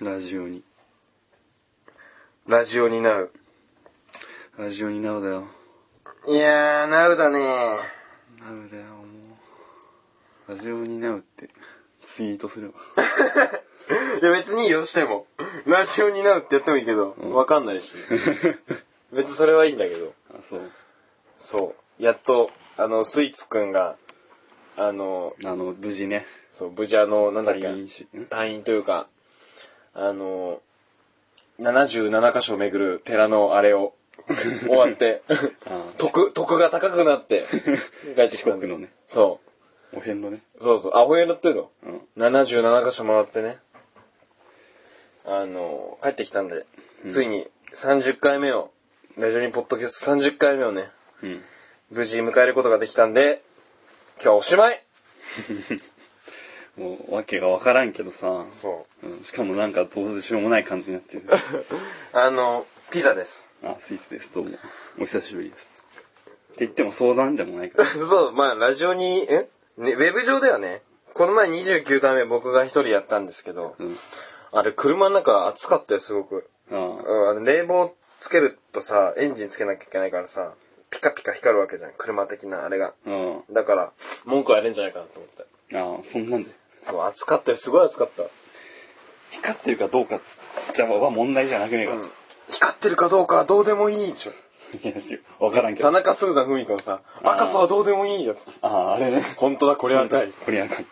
ラジオに。ラジオになる。ラジオになるだよ。いやー、なうだねなるだよ、もう。ラジオになるって、ツイートすれ ば。 いや、別にいいよ、しても。ラジオになるってやってもいいけど、うんわかんない し。別にそれはいいんだけど。あ、そう。そう。やっと、あの、スイーツくんが、あの、あの、無事ね。そう、無事あの、なんだっけ、退院しん退院というか、あの、77箇所巡る寺のあれ を 終わって、あ徳、徳が高くな って、帰ってき四たんで国のね、そお遍路ね。う、そうそう、アホやなってるの。うん。 77箇所回ってね、あの、帰ってきたんで、うんついに30回目を、ラジオにポッドキャスト30回目をね、うん。 無事迎えることができたんで、今日はおしま いもう、わけがわからんけどさ。そう。うん、しかもなんかどうしようもない感じになってる。あの、ピザです。あ、スイスです。どうも。お久しぶりです。って言っても相談でもない から。 そう、まあ、ラジオに、え、ね、ウェブ上ではね、この前29回目僕が一人やったんですけど、うん。あれ車の中暑かったよ、すごく。あうん、あの冷房つけるとさ、エンジンつけなきゃいけないからさ、ピカピカ光るわけじゃん、車的なあれが。あ。うん。あだから、文句はやれんじゃないかなと思って。あ、そんなんで。そう、暑かったよ、すごい暑かった。光ってるかどうか、じゃあは問題じゃなくねえか。うん。光ってるかどうかはどうでもいいでしょ。いやしわからんけど。田あ中すずさんふみこのさ、あー赤さはどうでもいいやつ。あ、あれね。本当だ、ここれは赤い。これ赤い。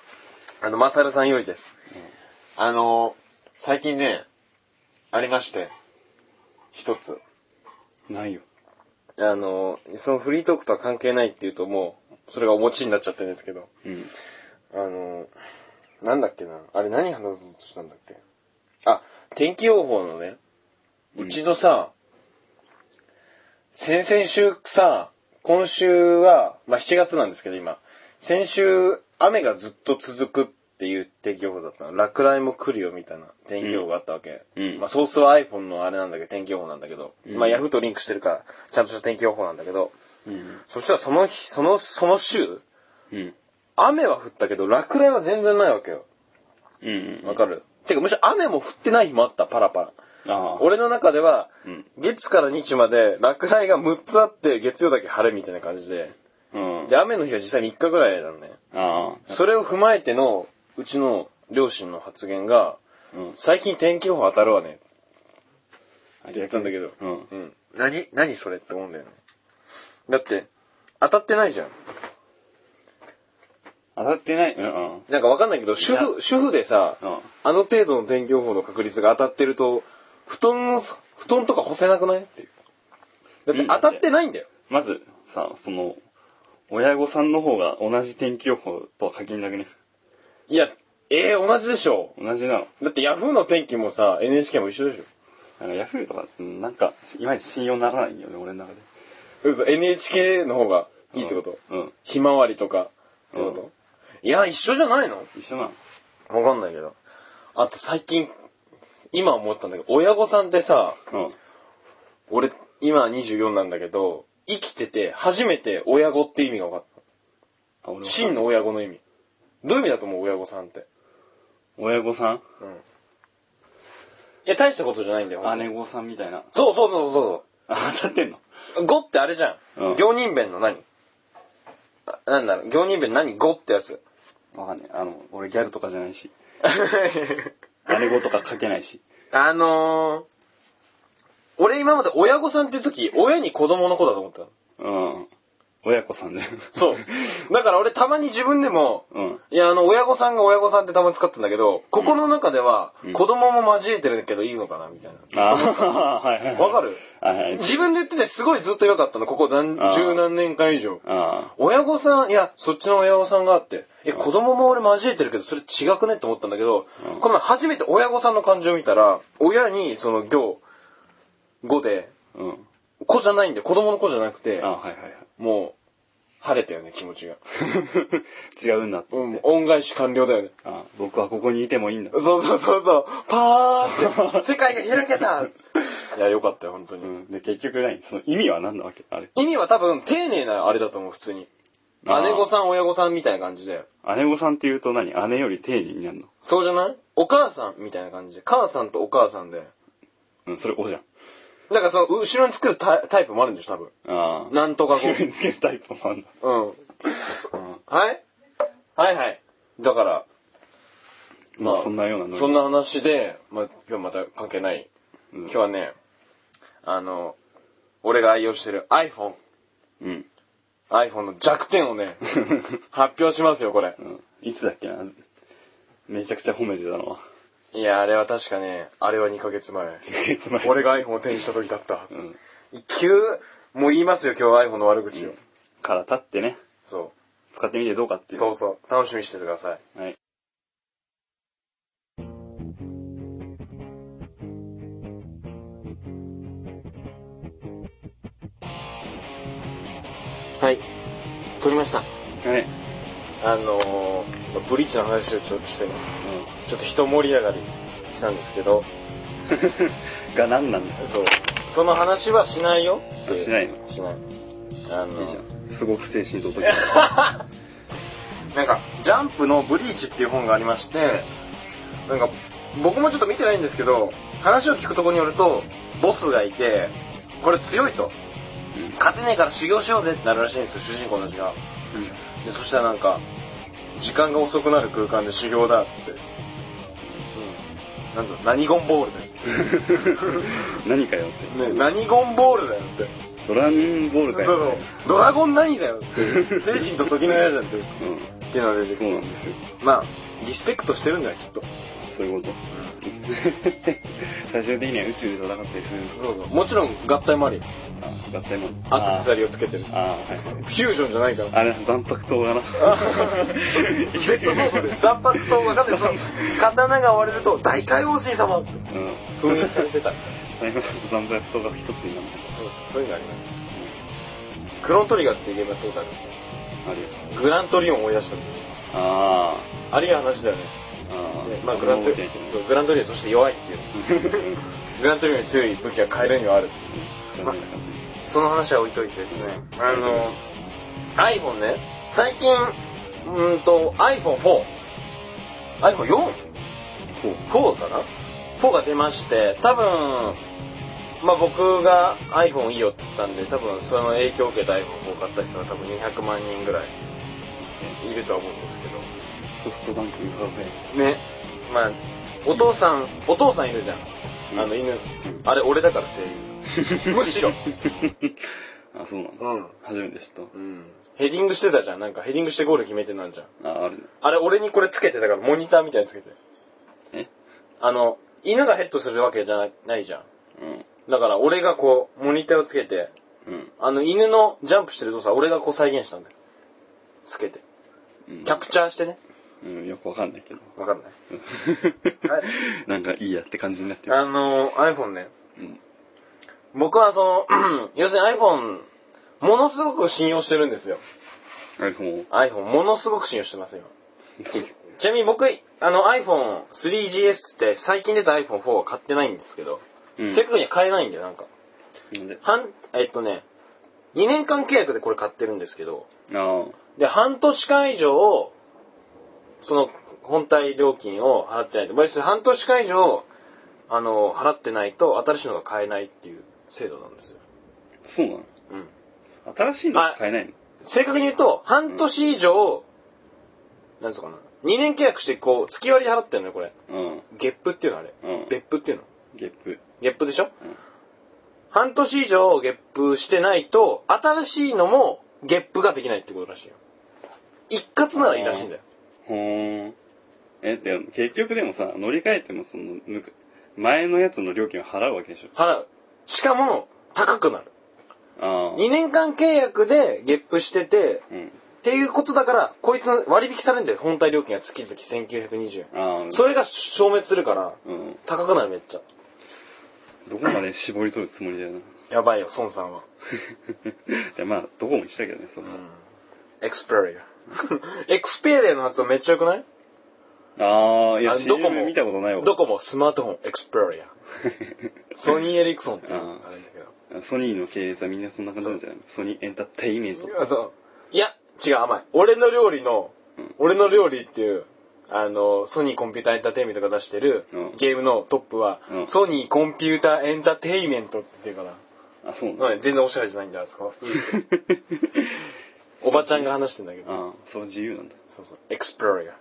あの、マサルさんよりです。あの、最近ね、ありまして、一つ。ないよ。あの、そのフリートークとは関係ないっていうともう、それがお持ちになっちゃってるんですけど、うん。あの、なんだっけな、あれ何話そうとしたんだっけあ、天気予報のね、うんうちのさ、先々週さ、今週は、まあ、7月なんですけど今、先週雨がずっと続くっていう天気予報だったの。落雷も来るよみたいな天気予報があったわけ。うんまあ、ソースは iPhone のあれなんだけど、天気予報なんだけど、うんまあ、Yahoo とリンクしてるから、ちゃんとした天気予報なんだけど、うん。そしたらその日、その、その週、うん。雨は降ったけど、落雷は全然ないわけよ。うん。わかる、てか、むしろ雨も降ってない日もあった、パラパラ。ああ。俺の中では、うん。月から日まで落雷が6つあって、月曜だけ晴れみたいな感じで。うん。で、雨の日は実際3日ぐらいなのね。あそれを踏まえての、うちの両親の発言が、あ。うん。最近天気予報当たるわね。あって言ったんだけど。うん。うん。何何それって思うんだよね。だって、当たってないじゃん。当たってない。うん。うん。なんかわかんないけど、主い婦、主婦でさ、ああの程度の天気予報の確率が当たってると、布団の、布団とか干せなくないっていう。だってうん当たってないんだよ。まず、さ、その、親御さんの方が同じ天気予報とは限らなくね。いや、ええ同じでしょ。同じなの。だってヤフーの天気もさ、NHK も一緒でしなんかヤフーとか、うんなんか、いまいち信用ならないよね、俺の中で。ょ。嘘、NHK の方がいいってこと、うん。ひまわりとかってこと、いや、一緒じゃないの一緒なの。わかんないけど。あと最近、今思ったんだけど、親御さんってさ、うん。俺、今24なんだけど、生きてて初めて親御って意味が分かっあ、俺た。真の親御の意味。どういう意味だと思う親御さんって。親御さんうん。いや、大したことじゃないんだよ。姉御さんみたいな。 そうそうそうそあ、当たってんのう。語ってあれじゃん。うん行人弁の何あなんだろう、行人弁何語ってや つ。わかんない。あの、俺ギャルとかじゃないし。姉御とか書けないし。あのー、俺今まで親御さんっていう時、親に子供の子だと思ってたの。うん。親子さんじゃん。そう。 だから俺たまに自分でも、 うん。いや、あの、親御さんが親御さんってたまに使ったんだけど、心の中ではうん、子供も交えてるけどいいのかな、みたいあな。あ、はいはいはい。わかるはいはい。自分で言っててすごいずっと良かったの、ここ何あー十何年間以上。あ親御さん、いや、そっちの親御さんがあって、え、うん子供も俺交えてるけど、それ違くねって思ったんだけどう、んこの前初めて親御さんの感情を見たら、親にその行、語で、あ。うん。子じゃないんだよ、子供の子じゃなくてあ、あ、はいはいはい。 もう、晴れたよね、気持ちが。 違うんだって。うん、恩返し完了だよね。ああ僕はここにいてもいいんだ。そうそうそうそう、パー って、世界が開けたいや、よかったよ、本当うに。ん。で、結局何その意味は何なわけあれ。意味は多分、丁寧なあれだと思う、普通に。あー姉御さん、親御さんみたいな感じで。姉御さんって言うと何姉より丁寧になるのそうじゃないお母さんみたいな感じで、母さんとお母さんで、うん、それおじゃん。なんかその、後ろにつけるタイタイプもあるんでしょ、多分。ああ。なんとか後ろにつけるタイプもあんだ。語。うん。うんはいはいはい。だから、まあ、そんなようなノリそんな話で、まあ、今日また関係ない。うん今日はね、あの、俺が愛用してる iPhone。うん。 iPhone の弱点をね、発表しますよ、これ。うんいつだっけなめちゃくちゃ褒めてたのは。いや、あれは確かね、あれは2ヶ 月前。つまり。俺が iPhone を手にした時だったう。ん。急、もう言いますよ、今日 iPhone の悪口を。から立ってね、そ使ってみてどうかってう。いう。そうそう。楽しみにしててください。はい。はい。撮りました。はい。あのー、ブリッジの話をちょっとしてね、うちょっと人盛り上がりしたんですけん。ど、が何なんだよ。そう。その話はしないよって。しないのしない。あのいいじゃん。すごく精神尊い。 なんか、ジャンプのブリーチっていう本がありまして、なんか、僕もちょっと見てないんですけど、話を聞くところによると、ボスがいて、これ強いと。勝てねえから修行しようぜってなるらしいんですよ、主人公たちが。で、そしたらなんか、時間が遅くなる空間で修行だ、っつって。うん。なんぞ、何ゴンボールだよ。 何かよって。ね、何ゴンボールだよって。ドラゴンボールかよ。そうそう。ドラゴン何だよって。精神と時の矢じゃんって。っうていうのん。で、そうなんですよ。まあ、リスペクトしてるんだよ、きっと。そういうこと。 最終的には宇宙で戦ったりするんですそうそう。もちろん合体もあるよ。あ、合体もアクセサリリーをつけてる。フあーあー、はい。ュージョンじゃないから。あれ、残白刀 がな。レッドソードで、残白刀が勝て そう。刀が割れると、大海王神様ってうん。封印されてた。最後、残白刀が一つになった。そうそう、そういうのあります。クロントリガーっていうゲームやったことああれ。るグラントリオン思い出したのあありが話だよね。あ。あであ。まあ、グラントリ俺も覚えてなオンいけど、そう、グラントリオンそして弱いっていう。 グラントリオンに強い武器は変えるにはある。残念な感じ。その話は置いといてですね。あの、iPhone ね。最近、うーんと、iPhone4。iPhone4? こう。 4かな ?4 が出まして、多分、まあ僕が iPhone いいよって言ったんで、多分その影響を受けた iPhone4 買った人は多分200万人ぐらいいるとは思うんですけど。ソフトバンクカフね。まあ、お父さん、お父さんいるじゃん。あの犬。あれ俺だから声優。ェ。 むしろ。 あ、そうなんだ。うん。初めて知っうん。ヘディングしてたじゃん。なんかヘディングしてゴール決めてなんじゃん。た。あ、あるね。あれ俺にこれつけてたからモニターみたいにつけて。えあの、犬がヘッドするわけじゃなないじゃん。うん。だから俺がこう、モニターをつけて、うんあの犬のジャンプしてる動作は俺がこう再現したんだよ。つけて。うん。キャプチャーしてね。うん、よくわかんないけど。わかんない。 なんかいいやって感じになってる。あのー、iPhone ね。うん。僕はその、 要するに iPhone、ものすごく信用してるんですよ。あれもう、 iPhone、ものすごく信用してますよ。どういうちなみに僕、あの iPhone3GS って最近出た iPhone4 は買ってないんですけど、うんせっかくには買えないんだよ、なんか。なんで半、えっとね、2年間契約でこれ買ってるんですけど、あで、半年間以上、その、本体料金を払ってないと。まあ要するに半年間以上、あの、払ってないと、新しいのが買えないっていう制度なんですよ。あ、そうなのうん。新しいの買えないの正確に言うと、半年以上、なんつうのかな。2年契約して、こう、月割りで払ってんのよ、これ。うん。ゲップっていうのあれ。うん。別府っていうの。ゲップ。ゲップでしょうん半年以上ゲップしてないと、新しいのもゲップができないってことらしいよ。一括ならいいらしいんだよ。ほーん。え、でも結局でもさ、乗り換えてもその、むく前のやつの料金を払うわけでしょ。払う。しかも、高くなる。ああ。 2年間契約でゲップしてて、うん。っていうことだから、こいつの割引されるんだよ。本体料金が月々1920ああ。円。それが消滅するから、うん。高くなるめっちゃ。どこまで絞り取るつもりだよな。 やばいよ、孫さんは。でまあ、どこも一緒だけどね、その、エクスペ リア。エクスペリアの発音めっちゃ良くないああ、いや、あ CM ドコモ見たことないわ。どこもスマートフォン、エクスペ リア。ソニー・エリクソンっていうあーあれだけど。ソニーの経営さみんなそんな感じなんじゃないソニーエンターテインメント。いや、そう。いや、違う、甘い。俺の料理の、うん俺の料理っていう、あの、ソニーコンピューターエンターテインメントが出してるうんゲームのトップは、うんソニーコンピューターエンターテインメントって言ってるかあ、そうら、なうんんだ。全然オシャレじゃないんじゃないですか。おばちゃんが話してんだけ ど。ああ、そう自由なんだ。そうそう。エクスプローリア。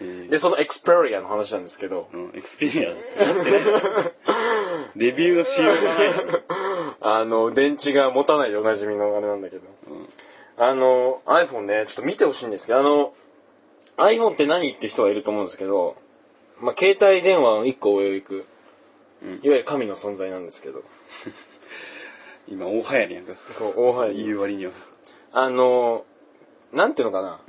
えーで、そのエクスプローリアの話なんですけ ど、うん、エクスペリアだって。レビューのしようがないから。 あの、電池が持たないでおなじみのあれなんだけど。うんあの、iPhone ね、ちょっと見てほしいんですけど、あの、iPhone って何って人がいると思うんですけど、まあ、携帯電話の一個上を行く、うんいわゆる神の存在なんですけど、今、大流行りやんか。そう、大言流行り。う割には。あの、なんていうのかな、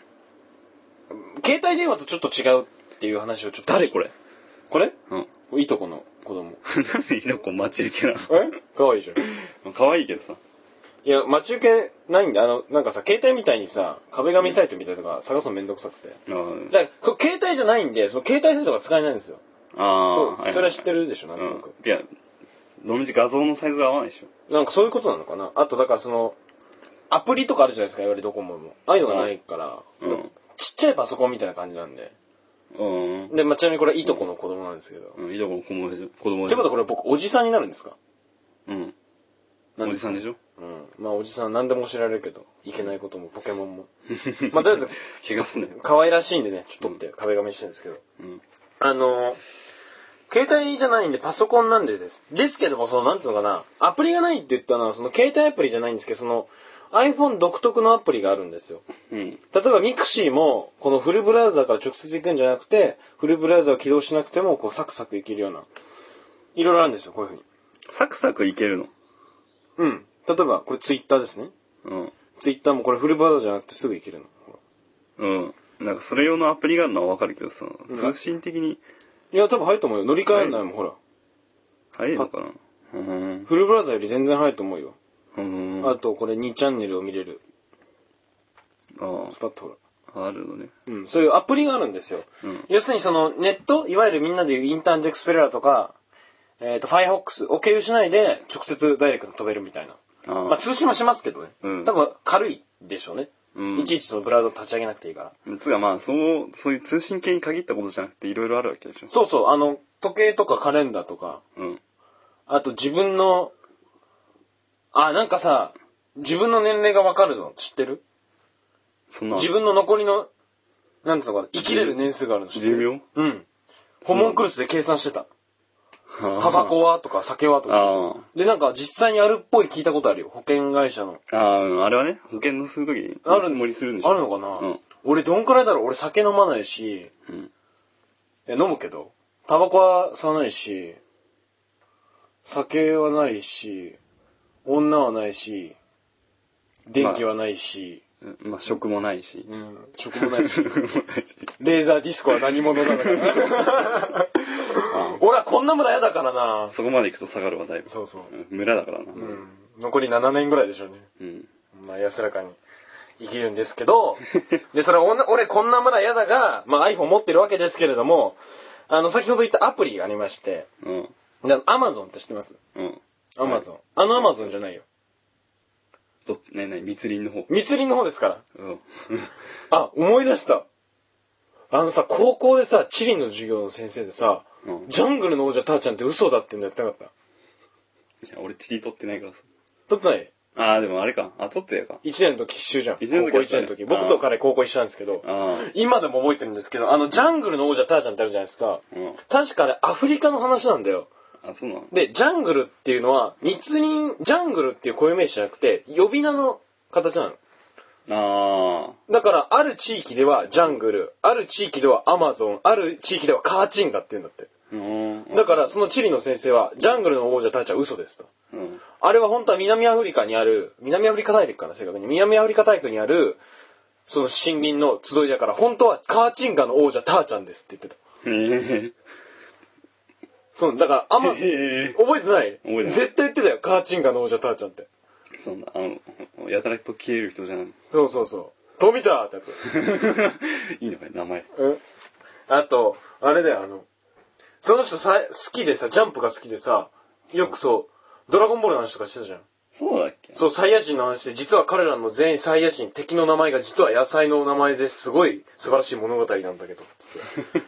携帯電話とちょっと違うっていう話をちょっと。誰これ これうん。いとこの子供。なんでいのこ待ち受けなえかわいいじゃん。の可愛いけどさ。いや、待ち受けないんで、あの、なんかさ、携帯みたいにさ、壁紙サイトみたいなのが探すのめんどくさくて。あーだから、これ携帯じゃないんで、その携帯サイトが使えないんですよ。あー。そう、はいはいそれは知ってるでしょ、なんとうなんく。。いや、どのみち画像のサイズが合わないでしょ。なんかそういうことなのかな。あと、だからその、アプリとかあるじゃないですか、いわゆるドコモも。ああいうのがないから、うんちっちゃいパソコンみたいな感じなんで。うん。で、まあ、ちなみにこれ、いとこの子供なんですけど。っうん、いとこの子供でしょ。子供でしてことはょ。これ、僕、おじさんになるんですかうん。なんおじさんでし ょうん。まあ、おじさん、何でも知られるけど、いけないことも、ポケモン も。まあ、とりあえず、怪我すんなよ。可愛らしいんでね、ちょっと撮って、壁紙してるんですけど。うん。あの、携帯じゃないんでパソコンなんでです。ですけども、その、なんつうのかな、アプリがないって言ったのは、その携帯アプリじゃないんですけど、その iPhone 独特のアプリがあるんですよ。うん。例えば Mixi も、このフルブラウザーから直接行くんじゃなくて、フルブラウザーを起動しなくても、こうサクサクいけるような、いろいろあるんですよ、こういうふうに。サクサクいけるの。うん。例えば、これ Twitter ですね。うん。 Twitter もこれフルブラウザーじゃなくてすぐいけるの。ほらうん。なんかそれ用のアプリがあるのはわかるけどさ、通信的にいや、多分早いと思うよ。乗り換えるのよ、もうほら。早いのかなうん。フルブラウザーより全然早いと思うよ。うん。あと、これ2チャンネルを見れる。あスパッとほら。あ、あるのね。うん、そういうアプリがあるんですよ。うん。要するにそのネット、いわゆるみんなで言うインターネットエクスプレーラーとか、えっ、と、Firefox を経由しないで直接ダイレクトに飛べるみたいな。まあああ。通信もしますけどね。うん多分軽いでしょうね。うんいちいちそのブラウザ立ち上げなくていいから。つうかまあ、そう、そういう通信系に限ったことじゃなくていろいろあるわけでしょ。そうそう、あの、時計とかカレンダーとか、うん。あと自分の、あ、なんかさ、自分の年齢がわかるの知ってるそんな。自分の残りの、なんつうのかな、生きれる年数があるの知ってる寿命うん。ホモンクルスで計算してた。はあ、タバコはとか酒はとか。あで、なんか実際にあるっぽい聞いたことあるよ。保険会社の。あ。ああ、うんあれはね、保険のするときに、ある見積もりするんでしょ。あるのかな、うん俺どんくらいだろう俺酒飲まないし、うん。いや飲むけど、タバコは吸わないし、酒はないし、女はないし、電気はないし、うんまあ、食もないし。うん、食 もないし、 食もないし。レーザーディスコは何者なのかな。 俺はこんな村嫌だからな。そこまで行くと下がるわ、だいぶ。そうそう。うん村だからな。うん、残り7年ぐらいでしょうね。うん。まあ、安らかに生きるんですけど、で、それはおな俺こんな村嫌だが、まあ iPhone 持ってるわけですけれども、あの、先ほど言ったアプリがありまして、うん。 で、Amazon って知ってますうん。 ?Amazon、あの Amazon じゃないよ。ど、ね、なに、密林の方。密林の方ですから。うん。あ、思い出した。あのさ、高校でさ、地理の授業の先生でさ、うんジャングルの王者ターちゃんって嘘だってんだやってなかった。いや、俺、チリ取ってないからさ。だってないああ、でもあれか。あ、取ってやか。 ?1 年の時必修じゃん。高一校年の時1年の時。やったね僕と彼高校一緒なんですけど、ああ。今でも覚えてるんですけど、あの、ジャングルの王者ターちゃんってあるじゃないですか。うん。確かあれアフリカの話なんだよ。あ、そうなので、ジャングルっていうのは、密林、ジャングルっていう固有名詞じゃなくて、呼び名の形なの。あだから、ある地域ではジャングル、ある地域ではアマゾン、ある地域ではカーチンガっていうんだって。あ。うん。だから、そのチリの先生は、ジャングルの王者たちは嘘ですと。うん。 あれは本当は南アフリカにある、南アフリカ大陸かな、正確に。南アフリカ大陸にある、その森林の集いだから、本当はカーチンガの王者ターちゃんですって言ってた。へそう、だから、あんま、へえ。覚えてない覚えてない絶対言ってたよ、カーチンガの王者ターちゃんって。そんな、あの、やたらと消える人じゃない。そうそうそう。富田ってやつ。 いいのかよ、名前。うん。あと、あれだよ、あの、その人さ、好きでさ、ジャンプが好きでさ、よくそう、ドラゴンボールの話とかしてたじゃん。そうだっけそう、サイヤ人の話で、実は彼らの全員サイヤ人、敵の名前が実は野菜の名前ですごい素晴らしい物語なんだけど、つって。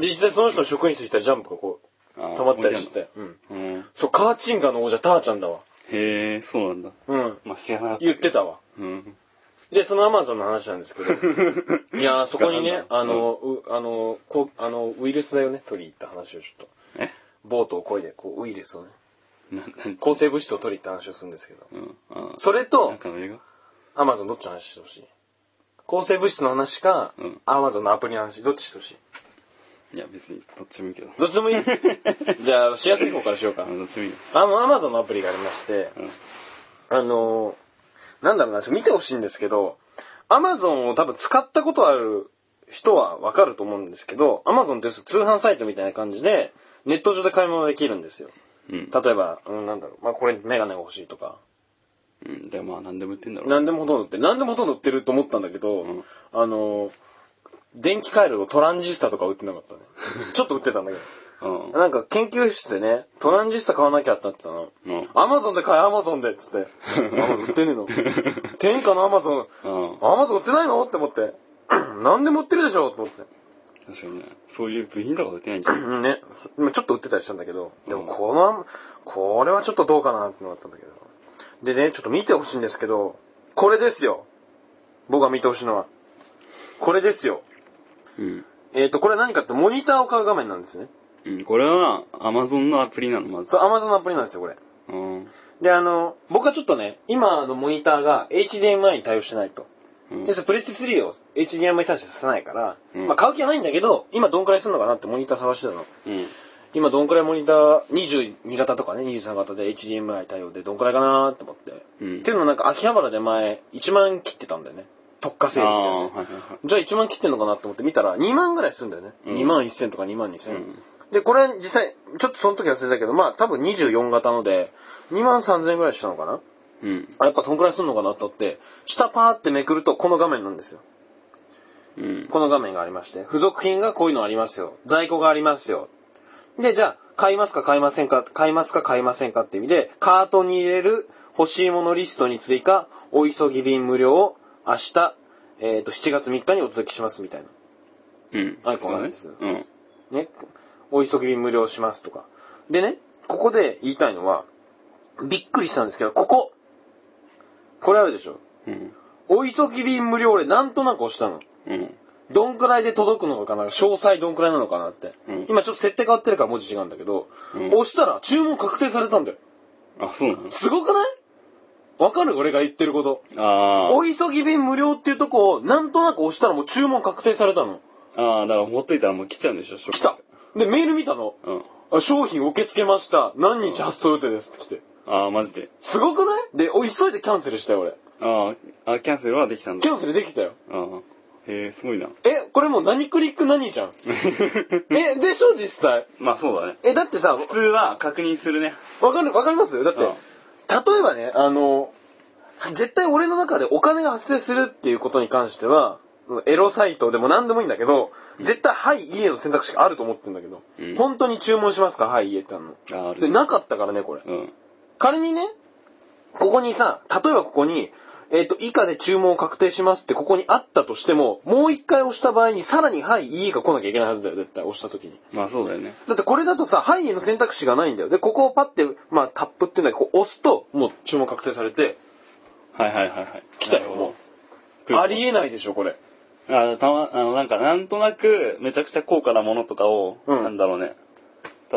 で、実際その人の職員室にいたらジャンプがこう、溜まったりし。て。うん。あー置いてあんのうん。そう、カーチンガの王者、ターちゃんだわ。へえ、そうなんだ。うん。まあ、知らなかった。言ってたわ。うん。で、そのアマゾンの話なんです けど。いやー、そこにね、あの、、うあの、こう、あの、ウイルスだよね、取りに行った話をちょっと。えボートを漕いで、こう、ウイルスをね、な、なに抗生物質を取りに行った話をするんですけど。うん。あそれあ。なとん、かの映画アマゾンどっちの話してほしい抗生物質の話かうん、アマゾンのアプリの話、どっちしてほしいいや、別に、どっちもいいけど。どっちでも いいじゃあ、しやすい方からしようあか。どっちもいいよ。あの、アマゾンのアプリがありまして、うん。あのーなんだろうな、ちょっと見てほしいんですけど、アマゾンを多分使ったことある人はわかると思うんですけど、アマゾンって通販サイトみたいな感じで、ネット上で買い物できるんですよ。うん。例えば、うん、なんだろう、まあ、これメガネが欲しいとか、うん。で、まあ、なんでも言ってんだろう。なんでもほとんど売ってる、なんでもほとんど売ってると思ったんだけど、うんあのー電気回路のトランジスタとかは売ってなかったね。ちょっと売ってたんだけうんど。。なんか研究室でね、トランジスタ買わなきゃってなってたの。うん。アマゾンで買え、アマゾンでっ つって。アマゾン売ってねえの。天下のアマゾン、うん。アマゾン売ってないのって思って。 何でも売ってるでしょと思って。 確かにね。そういう部品とか売ってないんじゃん。うんね。まあちょっと売ってたりしたんだけど、でもうんこの、これはちょっとどうかなってのがあったんだけど。でね、ちょっと見てほしいんですけど、これですよ。僕が見てほしいのは。これですよ。うん。えっ、と、これ何かってモニターを買う画面なんですね。うん。これは、アマゾンのアプリなの、まず。そう、アマゾンのアプリなんですよ、これ。うん。で、あの、僕はちょっとね、今のモニターが HDMI に対応してないと。うんで、それプレステ3を HDMI 対してさせないから、うんまあ買う気はないんだけど、今どんくらいするのかなってモニター探してたの。うん。今どんくらいモニター、22型とかね、23型で HDMI 対応でどんくらいかなーって思って。うん。っていうのもなんか秋葉原で前、1万切ってたんだよね。特化セーあルみたあ、はいなねいはいはじゃあ1万切ってんのかなって思って見たら、2万ぐらいするんだよね。うん2万1000とか2万2000。い。うん。で、これ実際、ちょっとその時忘れたけど、まあ多分24型ので、2万3000ぐらいしたのかなうん。あやっぱそんくらいするのかなと思って、下パーってめくるとこの画面なんですよ。うん。この画面がありまして、付属品がこういうのありますよ。在庫がありますよ。で、じゃあ、買いますか買いませんか買いますか買いませんかって意味で、カートに入れる欲しいものリストに追加、お急ぎ便無料を明日、えっ、と、7月3日にお届けしますみたいうん。アイコンなんですそうだねな。ね。お急ぎ便無料しますとか。でね、ここで言いたいのは、びっくりしたんですけど、こここれあるでしょうん。うん。お急ぎ便無料俺なんとなく押したの。うん。どんくらいで届くのかな詳細どんくらいなのかなって、うん今ちょっと設定変わってるから文字違うんだけど、うん押したら注文確定されたんだよ。あ、そうなのすごくないわかる俺が言ってること。あお急ぎ便無料っていうとこをなんとなく押したらもう注文確定されたの。あ。ああ、だから持っといたらもう来ちゃうんでしょ、来たで、メール見たの。うん。あ商品受け付けました。何日発送予定ですって来て。ああ、マジで。すごくないで、お急いでキャンセルしたよ俺。ああ、あキャンセルはできたんキだ。ャンセルできたよ。ああ。へえ、すごいな。え、これもう何クリック何じゃん。え、でしょ実際。まあそうだね。え、だってさ、普通は確認するね。わかる、わかりますだって、うん例えばね、あの、絶対俺の中でお金が発生するっていうことに関しては、エロサイトでも何でもいいんだけど、絶対、はい、家の選択肢があると思ってんだけど、うん本当に注文しますかはい、家ってあるの。ああ、あで、るね。なかったからね、これ。うん。仮にね、ここにさ、例えばここに、えっ、と、以下で注文を確定しますってここにあったとしても、もう一回押した場合に、さらに、はい、家が来なきゃいけないはずだよ、絶対、押した時に。まあそうだよね。だってこれだとさ、範囲の選択肢がないんだよ。で、ここをパッて、まあ、タップっていうのはこう押すと、もう注文確定されて、はいはいはいはい。来たよ、もう。来るありえないでしょ、これ。あたま、あの、なんか、なんとなく、めちゃくちゃ高価なものとかを、うんなんだろうね。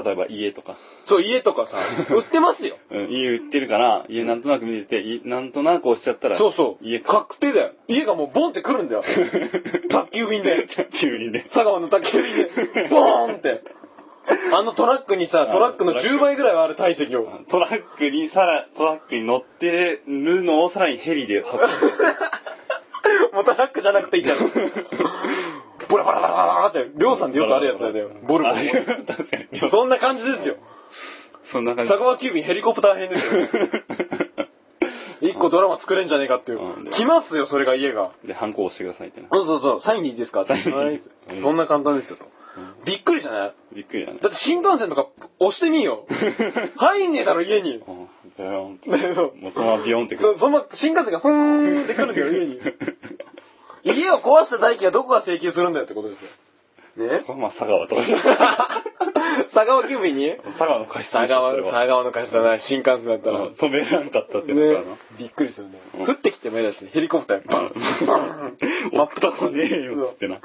例えば家とか。そう、家とかさ、 売ってますよ。うん、家売ってるから、家なんとなく見てて、いなんとなく押しちゃったら、そうそう。家か。確定だよ。家がもうボンって来るんだよ。 宅急便で。 急にね。佐川の宅急便 で、ボーンって。あのトラックにさ、トラックの10倍ぐらいはある体積を。トラックにさら、トラックに乗ってるのをさらにヘリで運ぶ。 もうトラックじゃなくていいんだよ。 ボラボラボラボラボラって、りょうさんでよくあるやつだよね。ボルボあれル。確かに。そそんな感じですよ。そんな感じ佐。川急便ヘリコプター編ですよ。一個ドラマ作れんじゃねえかっていうう。ん来ますよ、それが家が。 で、反抗してくださいってな。そうそうそう、サインでいいですかサインでいいはいうんそんな簡単ですよと。びっくりじゃないびっくりだね だ。って新幹線とか押してみよう。入んねえだろ、家に。うんペロンって。ねそうもうそのままビヨンってくそる。その新幹線がふーんって来るから家に。家を壊した代金はどこが請求するんだよってことですよ。ねそこはまあ佐川とかじゃん佐川急便に佐川の過失で佐しょ、そ川、れは佐川の貸しだな、新幹線だったら。うん止めらんかったってやねつかな。、びっくりするね、うん降ってきてもいいだしねヘリコプターバンバン真っ二つねえよっつってな。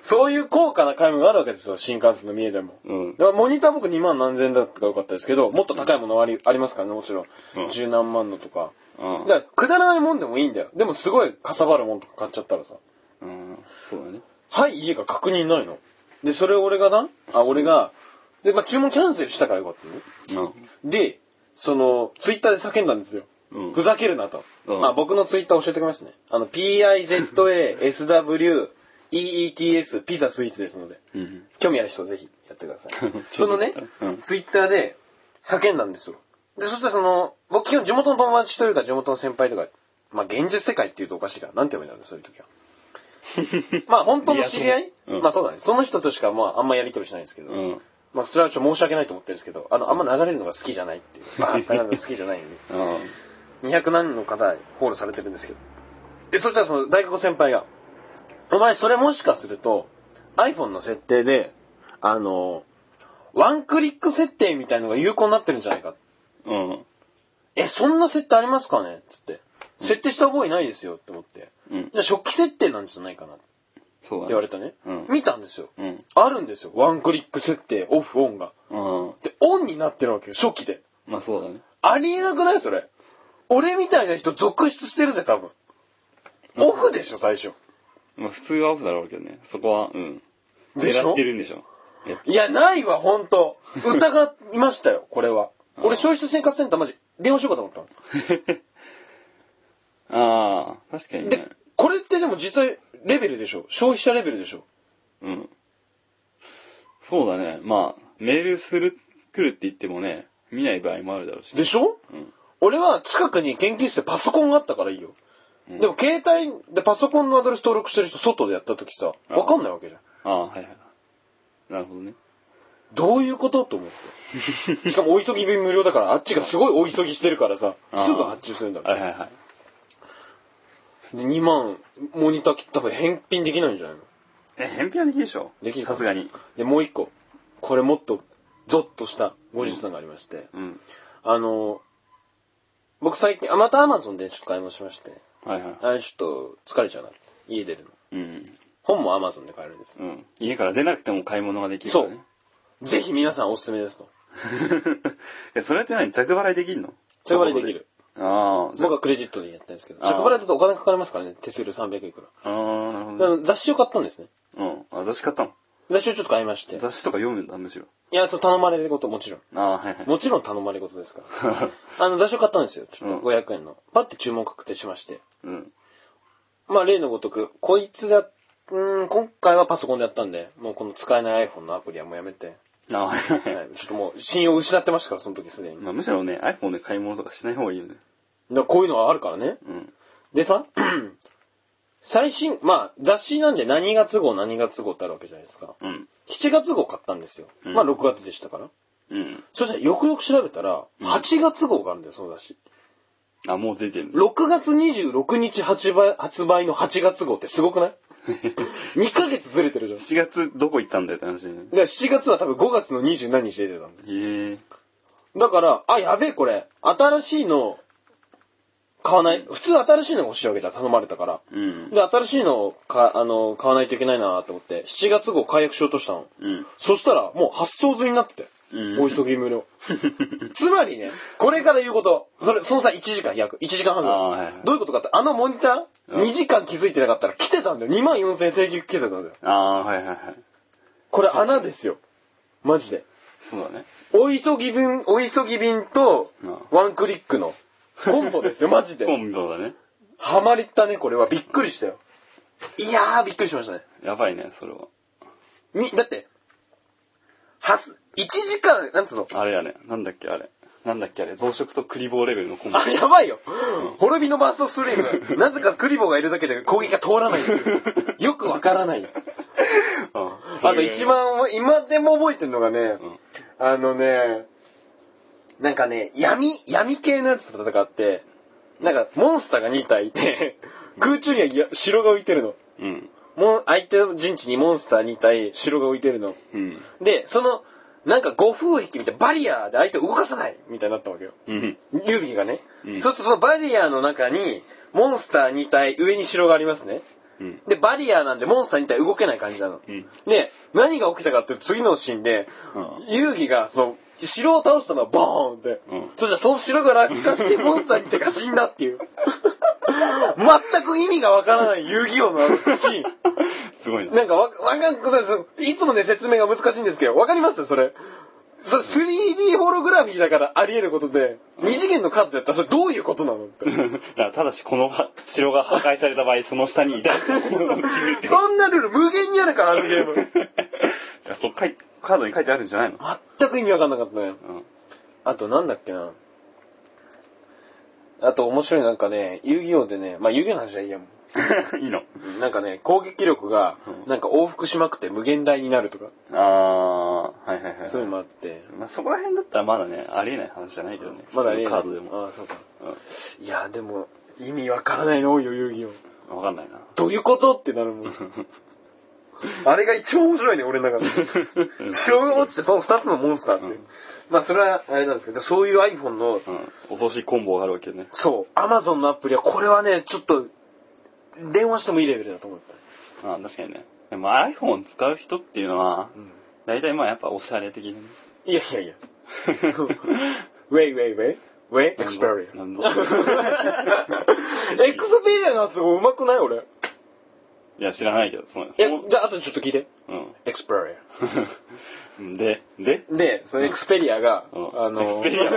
そういう高価な買い物があるわけですよ新幹線の三重でも うん。だからモニター僕2万何千円だったからよかったですけどもっと高いものはありありますからねもちろんうん十、何万のとかうんだからくだらないもんでもいいんだよでもすごいかさばるもんとか買っちゃったらさうん。そうだね。はい家が確認ないのでそれを俺がなあ俺がで、まあ、注文キャンセルしたからよかったねでそのツイッターで叫んだんですようん。うんふ。ざけるなと。うんまあ僕のツイッター教えておきますね。あの、PIZASWEETS ピザスイーツですので、うん。。興味ある人はぜひやってください そのねうん、ツイッターで叫んだんですよ。で、そしたらその、僕基本地元の友達というか地元の先輩とか、まあ現実世界って言うとおかしいから、なんて呼べんだろう、そういう時は。まあ本当の知り合いうんまあそうだね。その人としかまああんまやりとりしないんですけど、うん。まあそれはちょっと申し訳ないと思ってるんですけど、あの、あんま流れるのが好きじゃないっ ていう。バーッと流れるのが好きじゃないんで。あ200何人の方ホールされてるんですけど。で、そしたらその大学の先輩が、お前それもしかすると iPhone の設定で、あの、ワンクリック設定みたいのが有効になってるんじゃないか。あ。うん。え、そんな設定ありますかねつって。設定した覚えないですよって思って。うん。じゃあ初期設定なんじゃないかなってそうだね。言われたね。うん見たんですよ。うん。あるんですよ。ワンクリック設定、オフ、オンが。うん。で、オンになってるわけよ、初期で。まあそうだね。ありえなくないそれ。俺みたいな人続出してるぜ、多分。オフでしょ、最初。まあ普通はオフだろうけどね。そこは、うん。でし狙ょってるんでしょ。 やっいや、ないわ、ほんと。疑いま したよ、これは。ああ俺、消費者生活センターマジ、電話しようかと思ったの。ああ、確かにでね。、これってでも実際、レベルでしょ消費者レベルでしょうん。そうだね。まあ、メールする、来るって言ってもね、見ない場合もあるだろうし。でしょうん。俺は近くに研究室でパソコンがあったからいいよ。うんでも、携帯でパソコンのアドレス登録してる人、外でやった時さ、ああわかんないわけじゃん。ああ、はいはい。なるほどね。どういうことと思って。 しかも、お急ぎ便無料だから、あっちがすごいお急ぎしてるからさ、ああすぐ発注するんだろう ねはいはいはい。で、2万、モニター多分返品できないんじゃないのえ、返品はできるでしょできるかさすがに。で、もう一個。これもっと、ゾッとした後日談がありまして。うん。あの、僕最近、あ、またアマゾンでちょっと買い物しまして。はいはい。あれちょっと疲れちゃうな。家出るの。うん。本もアマゾンで買えるんです。うん。家から出なくても買い物ができるからね。ぜひ皆さんおすすめですと。 え、それって何着払いできんの着払いできる。ああ、じゃ僕はクレジットでやったんですけど。あー着払いだとお金かかりますからね。手数料300いくら。あ。ああ、なるほあどね。の雑誌を買ったんですね。うん。あ、雑誌買ったの雑誌をちょっと買いまして。雑誌とか読むんだ、むしろ。いや、そう頼まれることもちろん。ああ、はいはい。もちろん頼まれることですから。あの、雑誌を買ったんですよ。ちょっとうん500円の。パッて注文確定しまして。 うん。まあ、例のごとく、こいつだ、うーん、今回はパソコンでやったんで、もうこの使えない iPhone のアプリはもうやめて。ああ、はいははいい、ちょっともう信用を失ってましたから、その時すでに。だかまあ、むしろね、iPhone で買い物とかしない方がいいよね。らこういうのはあるからね。うん。でさ、最新、まあ、雑誌なんで何月号何月号ってあるわけじゃないですか。うん。 7月号買ったんですよ。うんまあ、6月でしたから。うん。そしたらよくよく調べたら、うん8月号があるんだよ、その雑誌。あ、もう出てる。 6月26日発売発売の8月号ってすごくない ?2 ヶ月ずれてるじゃん。だか7月どこ行ったんだよって話ね。ら7月は多分5月の2何日で出てたんだよへえ。だから、あ、やべえこれ、新しいの、買わない。普通新しいのが欲しいわけだ、頼まれたから。うん。で、新しいのをか、あの、買わないといけないなと思って、7月号解約しようとしたの。うん。そしたら、もう発送済みになってて。うんお急ぎ無料。つまりね、これから言うこと、それ、そのさ、1時間約、1時間半ぐあーはいらはいい。どういうことかって、あのモニター、うん2時間気づいてなかったら来てたんだよ。2万4000請求来てたんだよ。あ あ、はいはいはい。これ穴ですよ。マジで。そうだね。お急ぎ便、お急ぎ便とうん、ワンクリックの、コンボです よ、マジで。コンビだね。ハマりったね、これは。びっくりしたよ。いやー、びっくりしましたね。やばいね、それは。み、だって、はず、1時間、なんつうの。あれやね。なんだっけ、あれ。なんだっけ、あれ。増殖とクリボーレベルのコンビ。あ、やばいよ。滅びのバーストストリー ム。なぜかクリボーがいるだけで攻撃が通らない。よくわから ない。ああと一。番、今でも覚えてるのがね、うんあのね、なんかね、闇、闇系のやつと戦って、なんか、モンスターが2体いて、空中にはや城が浮いてるの。うん。もう、相手の陣地にモンスター2体、城が浮いてるの。うん。で、その、なんか誤風壁みたいな、バリアーで相手を動かさないみたいになったわけよ。うん。指がね。うんそうするとそのバリアーの中に、モンスター2体、上に城がありますね。うん。 で、バリアーなんでモンスター2体動けない感じなの。うん。で、何が起きたかっていうと次のシーンで、うん遊戯が、その、城を倒したのはボーンって。うんそしたらその城が落 下してモンスターに手が死んだっていう。全く意味がわからない遊戯王のシーン。すごい な。なんかわ、わかんごめんなさい。いつもね、説明が難しいんですけど、わかりますそれ。それ 3D ホログラフィーだからあり得ることで、二次元のカードだったらそれどういうことなのって。だからただし、このは城が破壊された場合、その下 にいたいものを占めて。そんなルール無限にあるから、あのゲーム。 いやそっかいカードに書いてあるんじゃないの全く意味わかんなかったね。うん。あとなんだっけな。あと面白いなんかね、遊戯王でね、まあ遊戯王の話はいいやもん。いいの なんかね、攻撃力がう、んなんか往復しまくって無限大になるとか、あー、はいはいはい。そういうのもあって。まあ、そこら辺だったらまだね、ありえない話じゃないけどね。まだありえ普通なのカい。ードでも。ああ、そうか。ういや、でも、意味わからないの多いよ、遊戯王。ん。わかん ないな。どういうことってなるもん。 あれが一番面白いね、俺の中で。城が落ちて、その二つのモンスターって。うんまあ、それは、あれなんですけど、そういう iPhone うのん。恐ろしいコンボがあるわけね。そう、アマゾンのアプリは、これはね、ちょっと、電話してもいいレベルだと思った。あ確かにね。でも iPhone 使う人っていうのは、大体まあやっぱおしゃれ的なね。いやいやいや。ウェイウェイウェイウェイエクスペリア。 なんぞ。エクスペリアのやつうまくない俺。い いや、知らないけど、その、やほん、じゃあ後でちょっと聞いて。エクスペうん。 で、で、リア。で、そのエクスペリアが、うんあの、エクスペリアは、